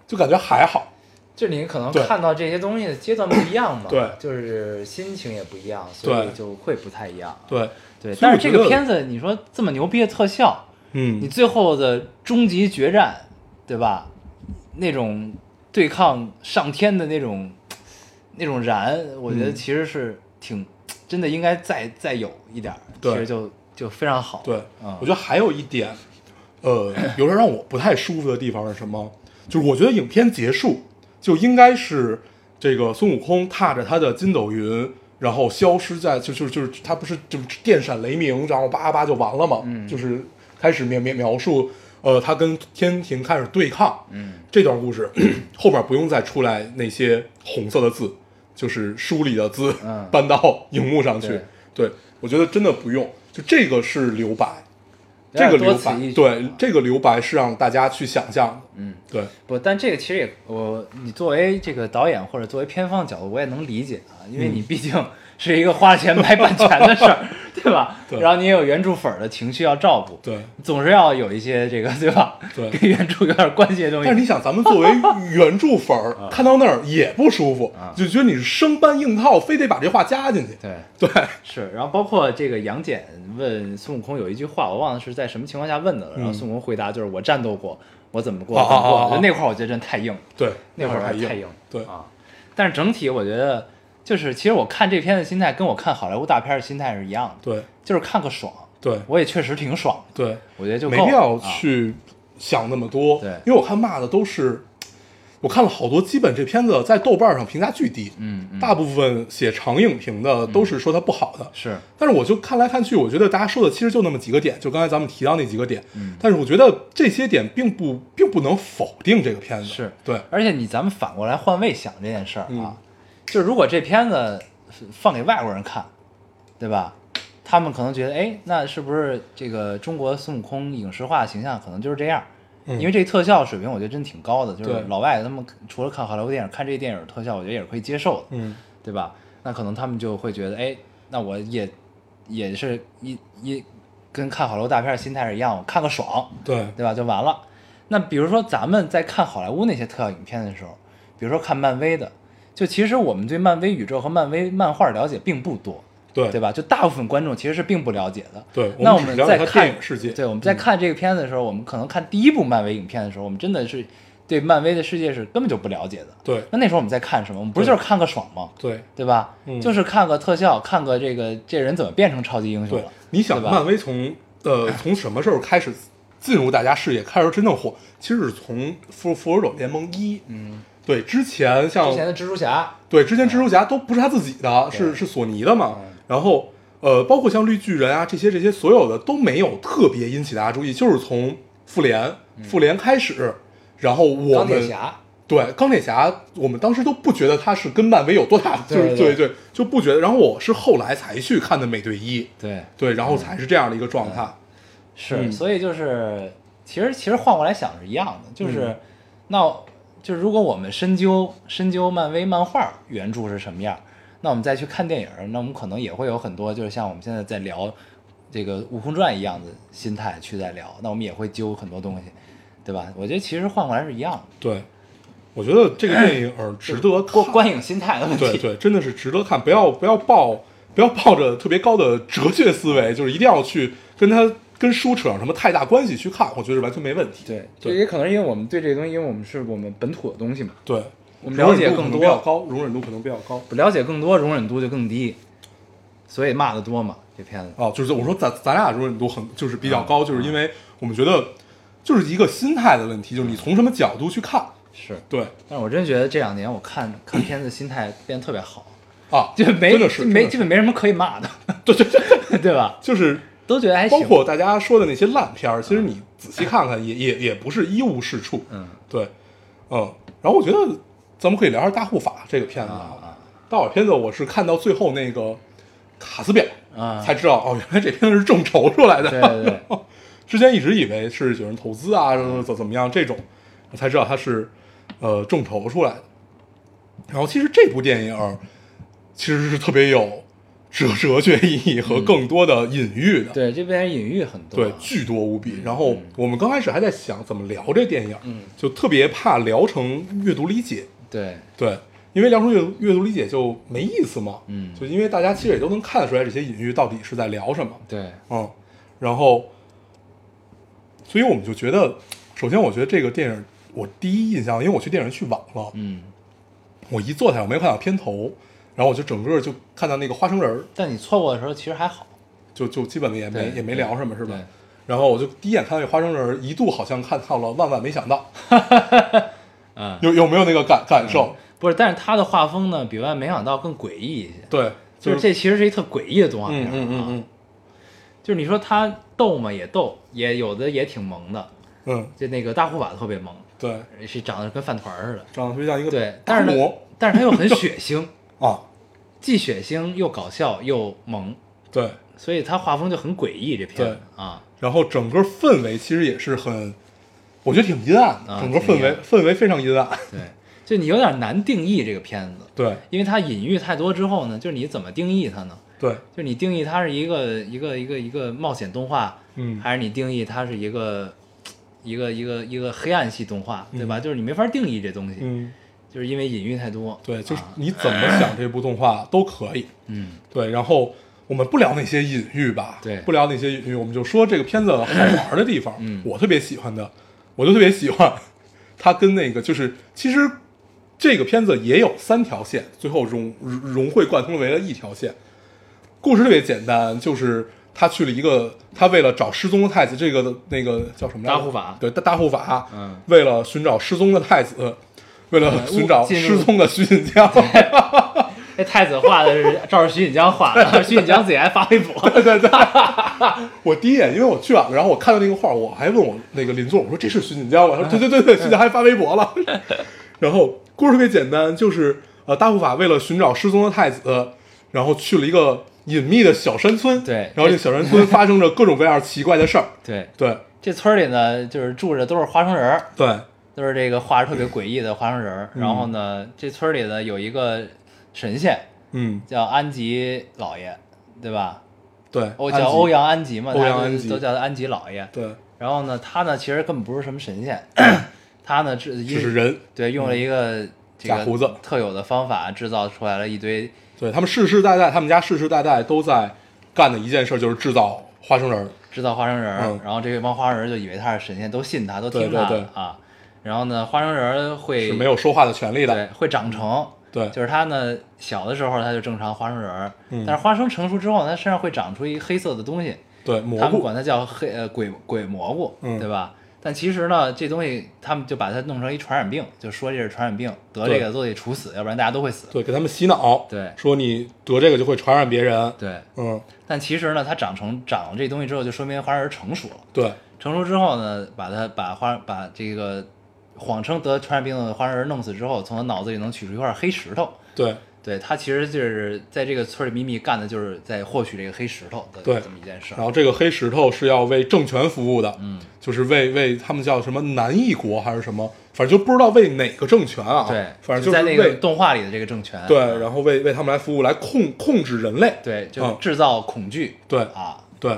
S3: 就感觉还好。
S2: 就你可能
S3: 对
S2: 看到这些东西的阶段不一样嘛，
S3: 对
S2: 就是心情也不一样，所以
S3: 对
S2: 就会不太一样。
S3: 对，
S2: 对，
S3: 所以
S2: 但
S3: 我
S2: 是
S3: 觉
S2: 这
S3: 得
S2: 个片子，你说这么牛逼的特效，你
S3: 嗯，
S2: 最后的终极决战，对吧？那种对抗上天的那种那种燃，我觉得
S3: 嗯
S2: 其实是挺、真的，应该再再有一点儿，
S3: 对
S2: 其实就就非常好。
S3: 对，
S2: 嗯
S3: 我觉得还有一点，呃， 有点让我不太舒服的地方是什么？就是我觉得影片结束就应该是这个孙悟空踏着他的筋斗云。然后消失在就就就是他不是就是电闪雷鸣，然后叭叭就完了嘛，
S2: 嗯
S3: 就是开始描描描述，呃，他跟天庭开始对抗，
S2: 嗯
S3: 这段故事后面不用再出来那些红色的字，就是书里的字，
S2: 嗯
S3: 搬到荧幕上去。
S2: 对
S3: 对我觉得真的不用，就这个是留白，
S2: 有
S3: 这
S2: 点
S3: 个留
S2: 多此
S3: 白
S2: 一，举
S3: 对
S2: 啊，
S3: 这个留白是让大家去想象的。
S2: 嗯，
S3: 对，
S2: 不，但这个其实也我你作为这个导演或者作为片方角度，我也能理解啊，因为
S3: 嗯
S2: 你毕竟是一个花钱买版权的事 儿，对吧？
S3: 对
S2: 然后你也有原著粉儿的情绪要照顾，
S3: 对，
S2: 总是要有一些这个对吧？
S3: 对
S2: 跟原著有点关系的东西。
S3: 但是你想，咱们 作为原著粉
S2: 嗯
S3: 儿，看到那儿也不舒服，就觉得你是生搬硬套，非得把这话加进去。
S2: 对
S3: 对，
S2: 是，然后包括这个杨戬问孙悟空有一句话，我忘了是在什么情况下问的了。
S3: 嗯
S2: 然后孙悟空回答就是我战斗过，我怎么过
S3: 哦
S2: 怎么过。
S3: 哦哦哦
S2: 我觉得那块儿我觉得真太硬，
S3: 对，
S2: 那会儿
S3: 会儿
S2: 还
S3: 还
S2: 太
S3: 硬
S2: 硬。
S3: 对
S2: 啊。但是整体我觉得就是，其实我看这片的心态跟我看好莱坞大片的心态是一样的，
S3: 对，
S2: 就是看个爽。
S3: 对，
S2: 我也确实挺爽的，
S3: 对，
S2: 我觉得就够
S3: 没
S2: 了
S3: 必要
S2: 啊
S3: 去想那么多。
S2: 对
S3: 因为我看骂的都是，我看了好多，基本这片子在豆瓣上评价巨低，
S2: 嗯嗯
S3: 大部分写长影评的都是说它不好的。
S2: 是
S3: 但是我就看来看去，我觉得大家说的其实就那么几个点，就刚才咱们提到那几个点。
S2: 嗯
S3: 但是我觉得这些点并不并不能否定这个片子。
S2: 是啊
S3: 对，
S2: 而且你咱们反过来换位想这件事儿啊，
S3: 嗯
S2: 就是如果这片子放给外国人看，对吧？他们可能觉得，哎，那是不是这个中国孙悟空影视化的形象可能就是这样？
S3: 嗯
S2: 因为这特效水平我觉得真挺高的，就是
S3: 对
S2: 老外他们除了看好莱坞电影，看这电影特效，我觉得也是可以接受的，
S3: 嗯，
S2: 对吧？那可能他们就会觉得，哎，那我也也是一一跟看好莱坞大片儿心态是一样，我看个爽，
S3: 对，
S2: 对吧？就完了。那比如说咱们在看好莱坞那些特效影片的时候，比如说看漫威的，就其实我们对漫威宇宙和漫威漫画了解并不多，
S3: 对，
S2: 对？吧？就大部分观众其实是并不了解的。
S3: 对，
S2: 那
S3: 我
S2: 我
S3: 们
S2: 们
S3: 只了
S2: 在
S3: 解它
S2: 看
S3: 电影世界。嗯
S2: 对，我们在看这个片子的时候，我们可能看第一部漫威影片的时候，我们真的是对漫威的世界是根本就不了解的。
S3: 对，
S2: 那那时候我们在看什么？我们不是就是看个爽吗？
S3: 对，
S2: 对吧？
S3: 嗯
S2: 就是看个特效，看个这个这人怎么变成超级英雄
S3: 对
S2: 了。，
S3: 你想
S2: 对吧
S3: 漫威从呃从什么时候开始进入大家视野，开始真正火？其实是从复复仇者联盟一，嗯，对，之前像
S2: 之前的蜘蛛侠，
S3: 对之前蜘蛛侠都不是他自己的，是是索尼的嘛，然后。呃，包括像绿巨人啊，这些这些所有的都没有特别引起大家注意，就是从复联、复联开始，然后我们
S2: 嗯钢铁侠，
S3: 对钢铁侠，我们当时都不觉得他是跟漫威有多大的，就是
S2: 对对
S3: 对，就不觉得。然后我是后来才去看的美队一，
S2: 对，
S3: 对，然后才是这样的一个状态。
S2: 是，
S3: 嗯
S2: 所以就是其实其实换过来想是一样的，就是、
S3: 嗯
S2: 那就是如果我们深究深究漫威漫画原著是什么样，那我们再去看电影儿，那我们可能也会有很多就是像我们现在在聊这个《悟空传》一样的心态去在聊，那我们也会揪很多东西，对吧？我觉得其实换过来是一样的，
S3: 对，我觉得这个电影儿值得
S2: 观
S3: 看，
S2: 观影心态的问题。
S3: 对对，真的是值得看，不要不要抱不要抱着特别高的哲学思维，就是一定要去跟他跟书扯上什么太大关系去看，我觉得完全没问题。
S2: 对，就
S3: 对
S2: 也可能是因为我们对这个东西，因为我们是我们本土的东西嘛，
S3: 对，
S2: 我们了解更
S3: 容忍度可能
S2: 多
S3: 比较高，容忍度可能比较高。
S2: 不了解更多，容忍度就更低，所以骂的多嘛，这片子。
S3: 哦，就是我说咱咱俩容忍度很就是比较高，就是因为我们觉得就是一个心态的问题，就是你从什么角度去看。
S2: 是，
S3: 对
S2: 但是我真觉得这两年我 看看片子心态变得特别好，
S3: 啊，
S2: 就没
S3: 真的是
S2: 没
S3: 真的
S2: 基
S3: 是
S2: 本没什么可以骂的，
S3: 对对对，
S2: 对吧？
S3: 就是
S2: 都觉得还行
S3: 包。括大家说的那些烂片儿，其实你仔细看看也也也不是一无是处。
S2: 嗯，
S3: 对，嗯，然后我觉得咱们可以聊一下《大护法》这个片子
S2: 啊
S3: 啊。大护法片子我是看到最后那个卡斯表
S2: 啊
S3: 才知道哦，原来这片子是众筹出来的。
S2: 对 对对，
S3: 之前一直以为是有人投资啊，怎怎么样这种，我才知道它是呃众筹出来的。然后其实这部电影儿其实是特别有哲哲学意义和
S2: 嗯
S3: 更多的隐喻的，
S2: 对这边隐喻很多。
S3: 对，巨多无比。然后我们刚开始还在想怎么聊这电影儿，
S2: 嗯
S3: 就特别怕聊成阅读理解，
S2: 对
S3: 对，因为聊成阅读阅读理解就没意思嘛，
S2: 嗯
S3: 就因为大家其实也都能看得出来这些隐喻到底是在聊什么，
S2: 对，
S3: 嗯，然后，所以我们就觉得，首先我觉得这个电影，我第一印象，因为我去电影院去晚了，
S2: 嗯。
S3: 我一坐下我没有看到片头，然后我就整个就看到那个花生仁儿，
S2: 但你错过的时候其实还好，
S3: 就就基本也没
S2: 对
S3: 也没聊什么，是吧
S2: 对？
S3: 然后我就第一眼看到那花生仁儿，一度好像看到了，万万没想到，
S2: 嗯
S3: 有有没有那个感感受？
S2: 不是，但是他的画风呢，比万没想到更诡异一些。
S3: 对，
S2: 就是
S3: 是
S2: 这其实是一特诡异的动画片儿
S3: 嗯
S2: 啊，
S3: 嗯嗯嗯
S2: 就是你说他逗嘛也逗，也有的也挺萌的，
S3: 嗯，
S2: 就那个大护法特别萌，
S3: 对，
S2: 是长得跟饭团儿似的，
S3: 长得特别像一个
S2: 对，
S3: 大
S2: 但是呢
S3: 魔，
S2: 但是他又很血腥，
S3: 啊，
S2: 既血腥又搞笑又萌，
S3: 对，
S2: 所以他画风就很诡异这片
S3: 对
S2: 子啊，
S3: 然后整个氛围其实也是很，我觉得挺阴暗的，
S2: 啊
S3: 整个
S2: 挺
S3: 氛
S2: 阴暗
S3: 围氛围非常阴暗。
S2: 对，就你有点难定义这个片子，
S3: 对
S2: 因为它隐喻太多之后呢，就是你怎么定义它呢？
S3: 对，
S2: 就你定义它是一个一个一个一个冒险动画，
S3: 嗯
S2: 还是你定义它是一个一个一个一个黑暗系动画，对吧？就是你没法定义这东西，
S3: 嗯，
S2: 就是因为隐喻太多。
S3: 对，就是
S2: 啊
S3: 你怎么想这部动画都可以。
S2: 嗯，
S3: 对，然后我们不聊那些隐喻吧，
S2: 对
S3: 不聊那些隐喻，我们就说这个片子好玩的地方。
S2: 嗯
S3: 我特别喜欢的，我就特别喜欢它跟那个就是，其实这个片子也有三条线，最后融融融会贯通为了一条线。故事特别简单，就是他去了一个，他为了找失踪的太子，这个那个叫什么来着？
S2: 大护法
S3: 对，大大护法，
S2: 嗯
S3: 为了寻找失踪的太子，为了
S2: 对
S3: 寻找
S2: 进入
S3: 失踪的徐锦江，
S2: 那太子画的是照着徐锦江画 的，徐锦江自己还发微博，
S3: 对对对，我第一眼因为我去晚了，然后我看到那个画，我还问我那个邻座，我说这是徐锦江吗？他说
S2: 嗯
S3: 对对对对，徐锦江还发微博了。然后故事特别简单，就是呃，大护法为了寻找失踪的太子，然后去了一个隐秘的小山村，
S2: 对
S3: 然后这小山村发生着各种各样奇怪的事儿，
S2: 对，
S3: 对
S2: 这村里呢，就是住着都是花生人儿，
S3: 对
S2: 都是这个画着特别诡异的花生人儿。
S3: 嗯
S2: 然后呢，这村里呢有一个神仙
S3: 嗯
S2: 叫安吉老爷，对吧？
S3: 对，
S2: 欧
S3: 安
S2: 哦叫
S3: 吉
S2: 欧阳安吉嘛，
S3: 欧
S2: 大
S3: 阳
S2: 家
S3: 安
S2: 都
S3: 吉
S2: 都叫他安吉老爷。
S3: 对，
S2: 然后呢，他呢其实根本不是什么神 仙，他呢只
S3: 只是
S2: 因
S3: 人，
S2: 对用了一个这
S3: 假
S2: 个
S3: 胡子
S2: 特有的方法制造出来了一堆
S3: 对他们世世代代，他们家世世代代都在干的一件事就是制造花生仁儿，
S2: 制造花生仁儿，
S3: 嗯
S2: 然后这帮花生仁儿就以为他是神仙，都信他，都
S3: 对
S2: 听他的
S3: 对对
S2: 啊。然后呢，花生仁儿会
S3: 是没有说话的权利的，
S2: 对会长成，
S3: 对
S2: 就是他呢小的时候他就正常花生仁儿，
S3: 嗯
S2: 但是花生成熟之后，他身上会长出一黑色的东西，
S3: 对
S2: 他
S3: 蘑
S2: 们
S3: 菇，
S2: 管它叫黑呃鬼鬼蘑菇，
S3: 嗯
S2: 对吧？但其实呢，这东西他们就把它弄成一传染病，就说这是传染病，得
S3: 对
S2: 这个都得处死，要不然大家都会死。
S3: 对，给他们洗脑，
S2: 对
S3: 说你得这个就会传染别人，
S2: 对，
S3: 嗯，
S2: 但其实呢，它长成长了这东西之后，就说明花儿成熟了。
S3: 对，
S2: 成熟之后呢，把它把花把这个谎称得传染病的花儿弄死之后，从他脑子里能取出一块黑石头。
S3: 对，
S2: 对他其实就是在这个村里秘密干的就是在获取这个黑石头的
S3: 对
S2: 这么一件事儿
S3: 然。后这个黑石头是要为政权服务的，嗯，就是为为他们叫什么南翼国还是什么，反正就不知道为哪个政权啊，
S2: 对，
S3: 反正
S2: 就
S3: 就
S2: 在
S3: 是
S2: 那
S3: 为
S2: 个动画里的这个政权。
S3: 对，然后为为他们来服务，来控控制人类，
S2: 对，就是
S3: 嗯
S2: 制造恐惧、
S3: 对
S2: 啊，
S3: 对，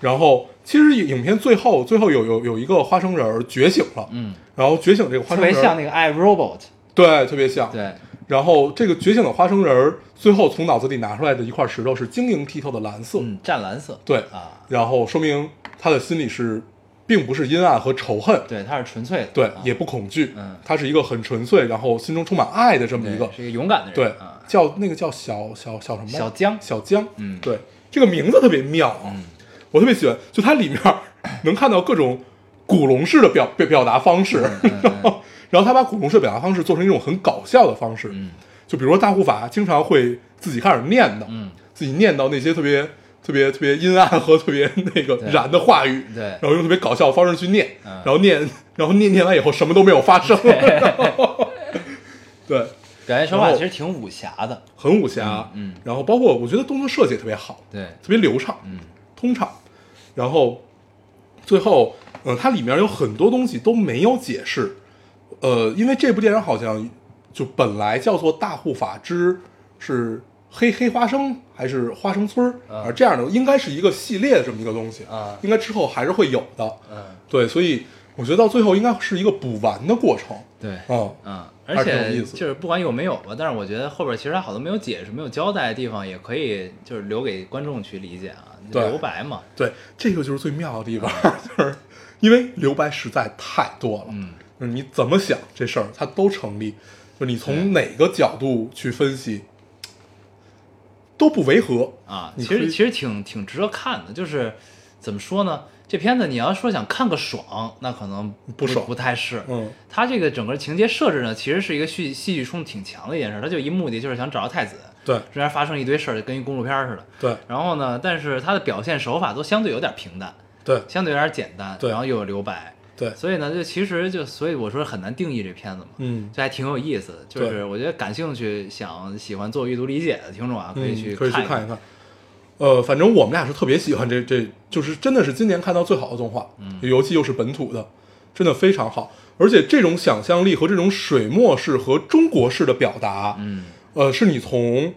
S3: 然后其实影片最后最后有有有一个花生仁儿觉醒了，
S2: 嗯，
S3: 然后觉醒这个花
S2: 特
S3: 生仁
S2: 别
S3: 儿，
S2: 像那个《I Robot》。
S3: 对，特别像，
S2: 对，
S3: 然后这个觉醒的花生仁儿最后从脑子里拿出来的一块石头是晶莹剔透的蓝色，
S2: 嗯，湛蓝色，
S3: 对
S2: 啊，
S3: 然后说明他的心里是并不是阴暗和仇恨，
S2: 对，它是纯粹的，
S3: 对
S2: 啊，
S3: 也不恐惧，
S2: 嗯
S3: 他是一个很纯粹，然后心中充满爱的这么
S2: 对
S3: 一个，
S2: 是一个勇敢的人，
S3: 对
S2: 啊，，
S3: 叫那个叫小小小什么
S2: 小江
S3: 小江，
S2: 嗯
S3: 对，这个名字特别妙啊，我特别喜欢，就它里面儿能看到各种古龙式的表表表达方式，
S2: 嗯
S3: 然后 然后他把古龙式的表达方式做成一种很搞笑的方式，
S2: 嗯
S3: 就比如说大护法经常会自己开始念叨，
S2: 嗯，
S3: 自己念叨那些特别特别特别阴暗和 特别那个
S2: 对
S3: 燃的话语，
S2: 对
S3: 然后用特别搞笑的方式去念，
S2: 嗯
S3: 然后念，然后念念完以后什么都没有发生， 对，
S2: 表现手法
S3: 然后
S2: 其实挺武侠的，
S3: 很武侠，
S2: 嗯嗯
S3: 然后包括我觉得动作设计也特别好，
S2: 对，
S3: 特别流畅，
S2: 嗯，
S3: 通畅，然后最后，呃，它里面有很多东西都没有解释，呃，因为这部电影好像就本来叫做《大护法之是黑黑花生还是花生村儿》
S2: 嗯
S3: 而这样的应该是一个系列的这么一个东西
S2: 啊
S3: 应该之后还是会有的，
S2: 嗯，
S3: 对，所以我觉得到最后应该是一个补完的过程，
S2: 对，
S3: 嗯，
S2: 嗯，
S3: 还
S2: 而
S3: 是挺有
S2: 且
S3: 意思的
S2: 就是不管有没有吧，但是我觉得后边其实它好多没有解释、没有交代的地方，也可以就是留给观众去理解啊，
S3: 对
S2: 留白嘛，
S3: 对，这个就是最妙的地方， 就是因为留白实在太多了。
S2: 嗯，
S3: 就是你怎么想这事儿，它都成立。就是你从哪个角度去分析，都不违和
S2: 啊，
S3: 你
S2: 其
S3: 可以
S2: 实其实挺挺值得看的，就是怎么说呢？这片子你要说想看个爽，那可能
S3: 不爽
S2: 不太是。
S3: 嗯，
S2: 它这个整个情节设置呢，其实是一个戏戏剧冲挺强的一件事，它就一目的就是想找到太子，
S3: 对
S2: 中间发生一堆事儿，跟一公路片儿似的。
S3: 对
S2: 然后呢，但是它的表现手法都相对有点平淡，
S3: 对
S2: 相对有点简单，
S3: 对
S2: 然后又有留白，
S3: 对，
S2: 所以呢，就其实就所以我说很难定义这片子嘛，
S3: 嗯，
S2: 这还挺有意思的。就
S3: 对
S2: 是我觉得感兴趣、想喜欢做阅读理解的听众啊，以去
S3: 嗯、可以去
S2: 看
S3: 一看。呃，反正我们俩是特别喜欢这这，就是真的是今年看到最好的动画，
S2: 嗯
S3: 尤其又是本土的，真的非常好。而且这种想象力和这种水墨式和中国式的表达，
S2: 嗯
S3: 呃，是你从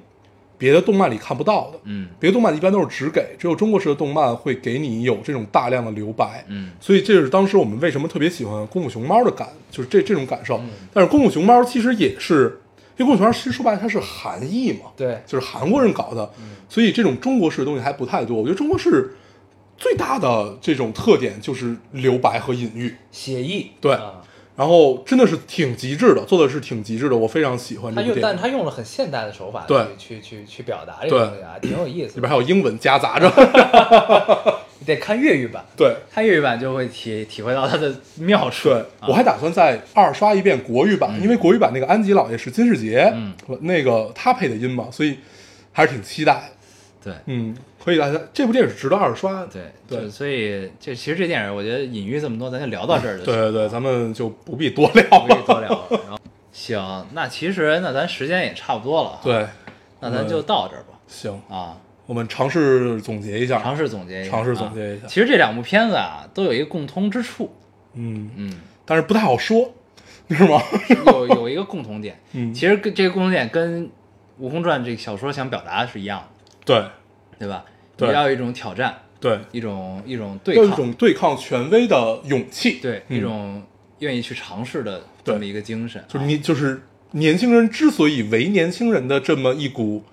S3: 别的动漫里看不到的。
S2: 嗯
S3: 别的动漫一般都是只给，只有中国式的动漫会给你有这种大量的留白。
S2: 嗯
S3: 所以这是当时我们为什么特别喜欢《功夫熊猫》的感，就是这这种感受。
S2: 嗯
S3: 但是《功夫熊猫》其实也是，因为《功夫熊猫》其实说白了它是韩裔嘛，
S2: 对嗯
S3: 就是韩国人搞的，所以这种中国式的东西还不太多。我觉得中国式最大的这种特点就是留白和隐喻，
S2: 写意，
S3: 对
S2: 啊
S3: 然后真的是挺极致的，做的是挺极致的，我非常喜欢
S4: 他
S3: 这部
S4: 用，
S3: 电
S4: 但
S3: 影。
S4: 他用了很现代的手法
S3: 对
S4: 去去去去表达这个东西啊，挺有意思
S3: 里
S4: 的。
S3: 边还有英文夹杂着，
S2: 你得看粤语版，
S3: 对，
S2: 看粤语版就会体体会到它的妙处。
S3: 对，
S2: 啊
S3: 我还打算再二刷一遍国语版，因为国语版那个安吉老爷是金世杰，
S2: 嗯，
S3: 那个他配的音嘛，所以还是挺期待的。
S2: 对
S3: 嗯，可以大家这部电影是值得二刷的。
S2: 对
S3: 对
S2: 就所以这其实这电影我觉得隐喻这么多，咱就聊到这儿就行
S3: 对。 对对，咱们就不必多
S2: 不
S3: 聊
S2: 必多
S3: 了。
S2: 聊了。然后行，那其实那咱时间也差不多了，，啊
S3: 对，嗯
S2: 那咱就到这儿吧。
S3: 行，
S2: 啊，
S3: 我们尝试总结一下。
S2: 尝试总结一下，
S3: 尝试总结一下
S2: 啊其实这两部片子啊，都有一个共通之处，
S3: 嗯，
S2: 嗯，
S3: 但是不太好说， 是吗？
S2: 有有一个共同点。
S3: 嗯
S2: 其实跟这个共同点跟《悟空传》这个小说想表达的是一样
S3: 对
S2: 的，对吧？
S3: 对
S2: 你要有一种挑战，
S3: 对，
S2: 一种一种
S3: 要有
S2: 对
S3: 一
S2: 抗，
S3: 种对抗权威的勇气。
S2: 对、
S3: 嗯
S2: 一种愿意去尝试的
S3: 对
S2: 这么一个精神啊。
S3: 就是你就是年轻人之所以为年轻人的这么一股，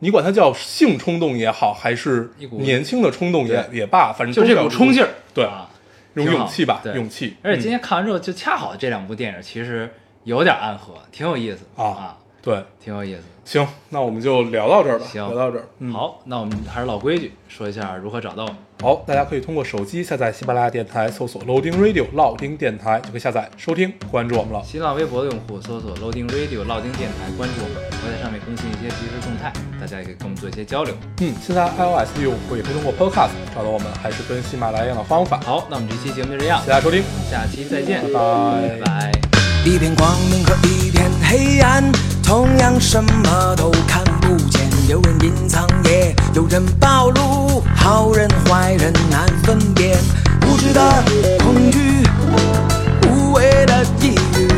S3: 你管它叫性冲动也好，还是
S2: 一股
S3: 年轻的冲动也也罢，反正
S2: 就
S3: 都是
S2: 这股冲劲儿，
S3: 对
S2: 啊，
S3: 这种
S2: 挺好
S3: 勇气吧，
S2: 对
S3: 勇气。
S2: 而且今
S3: 嗯
S2: 天看完之后，就恰好这两部电影其实有点暗合，挺有意思的
S3: 啊
S2: 啊，
S3: 对，
S2: 挺有意思的。
S3: 行，那我们就聊到这儿吧，
S2: 行
S3: 聊到这儿。嗯，
S2: 好，那我们还是老规矩，说一下如何找到我们。
S3: 好，大家可以通过手机下载喜马拉雅电台，搜索 Loading Radio 老丁电台就可以下载收听，关注我们了。
S2: 新浪微博的用户搜索 Loading Radio 老丁电台，关注我们，我会在上面更新一些即时动态，大家也可以跟我们做一些交流。
S3: 嗯，现在 iOS 的用户也可以通过 Podcast 找到我们，还是跟喜马拉雅一样的方法。
S2: 好，那我们这期节目就这样
S3: 谢谢，大家收听，
S2: 下期再见，
S3: 拜
S2: 拜拜。
S5: 一片光明和一片黑暗，同样什么都看不见。有人隐藏，也有人暴露，好人坏人难分辨。无知的恐惧，无谓的抑郁，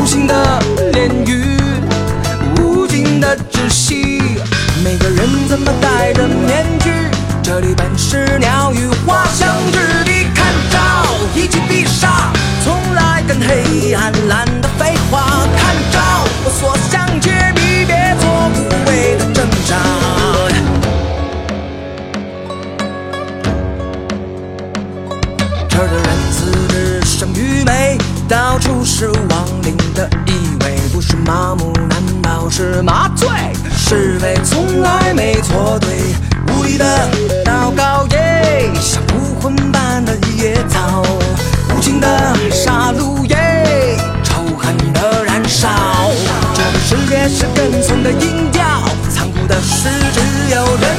S5: 无形的炼狱，无尽的窒息。每个人怎么戴着面具？这里本是鸟语花香之地，看招一击必杀，从来跟黑暗懒得废话。看招我所到处是亡灵的意味，不是麻木，难道是麻醉？是非从来没错对，无力的祷告耶，像武魂般的野草，无情的杀戮耶，仇恨的燃烧。这个世界是跟从的音调，残酷的事只有人。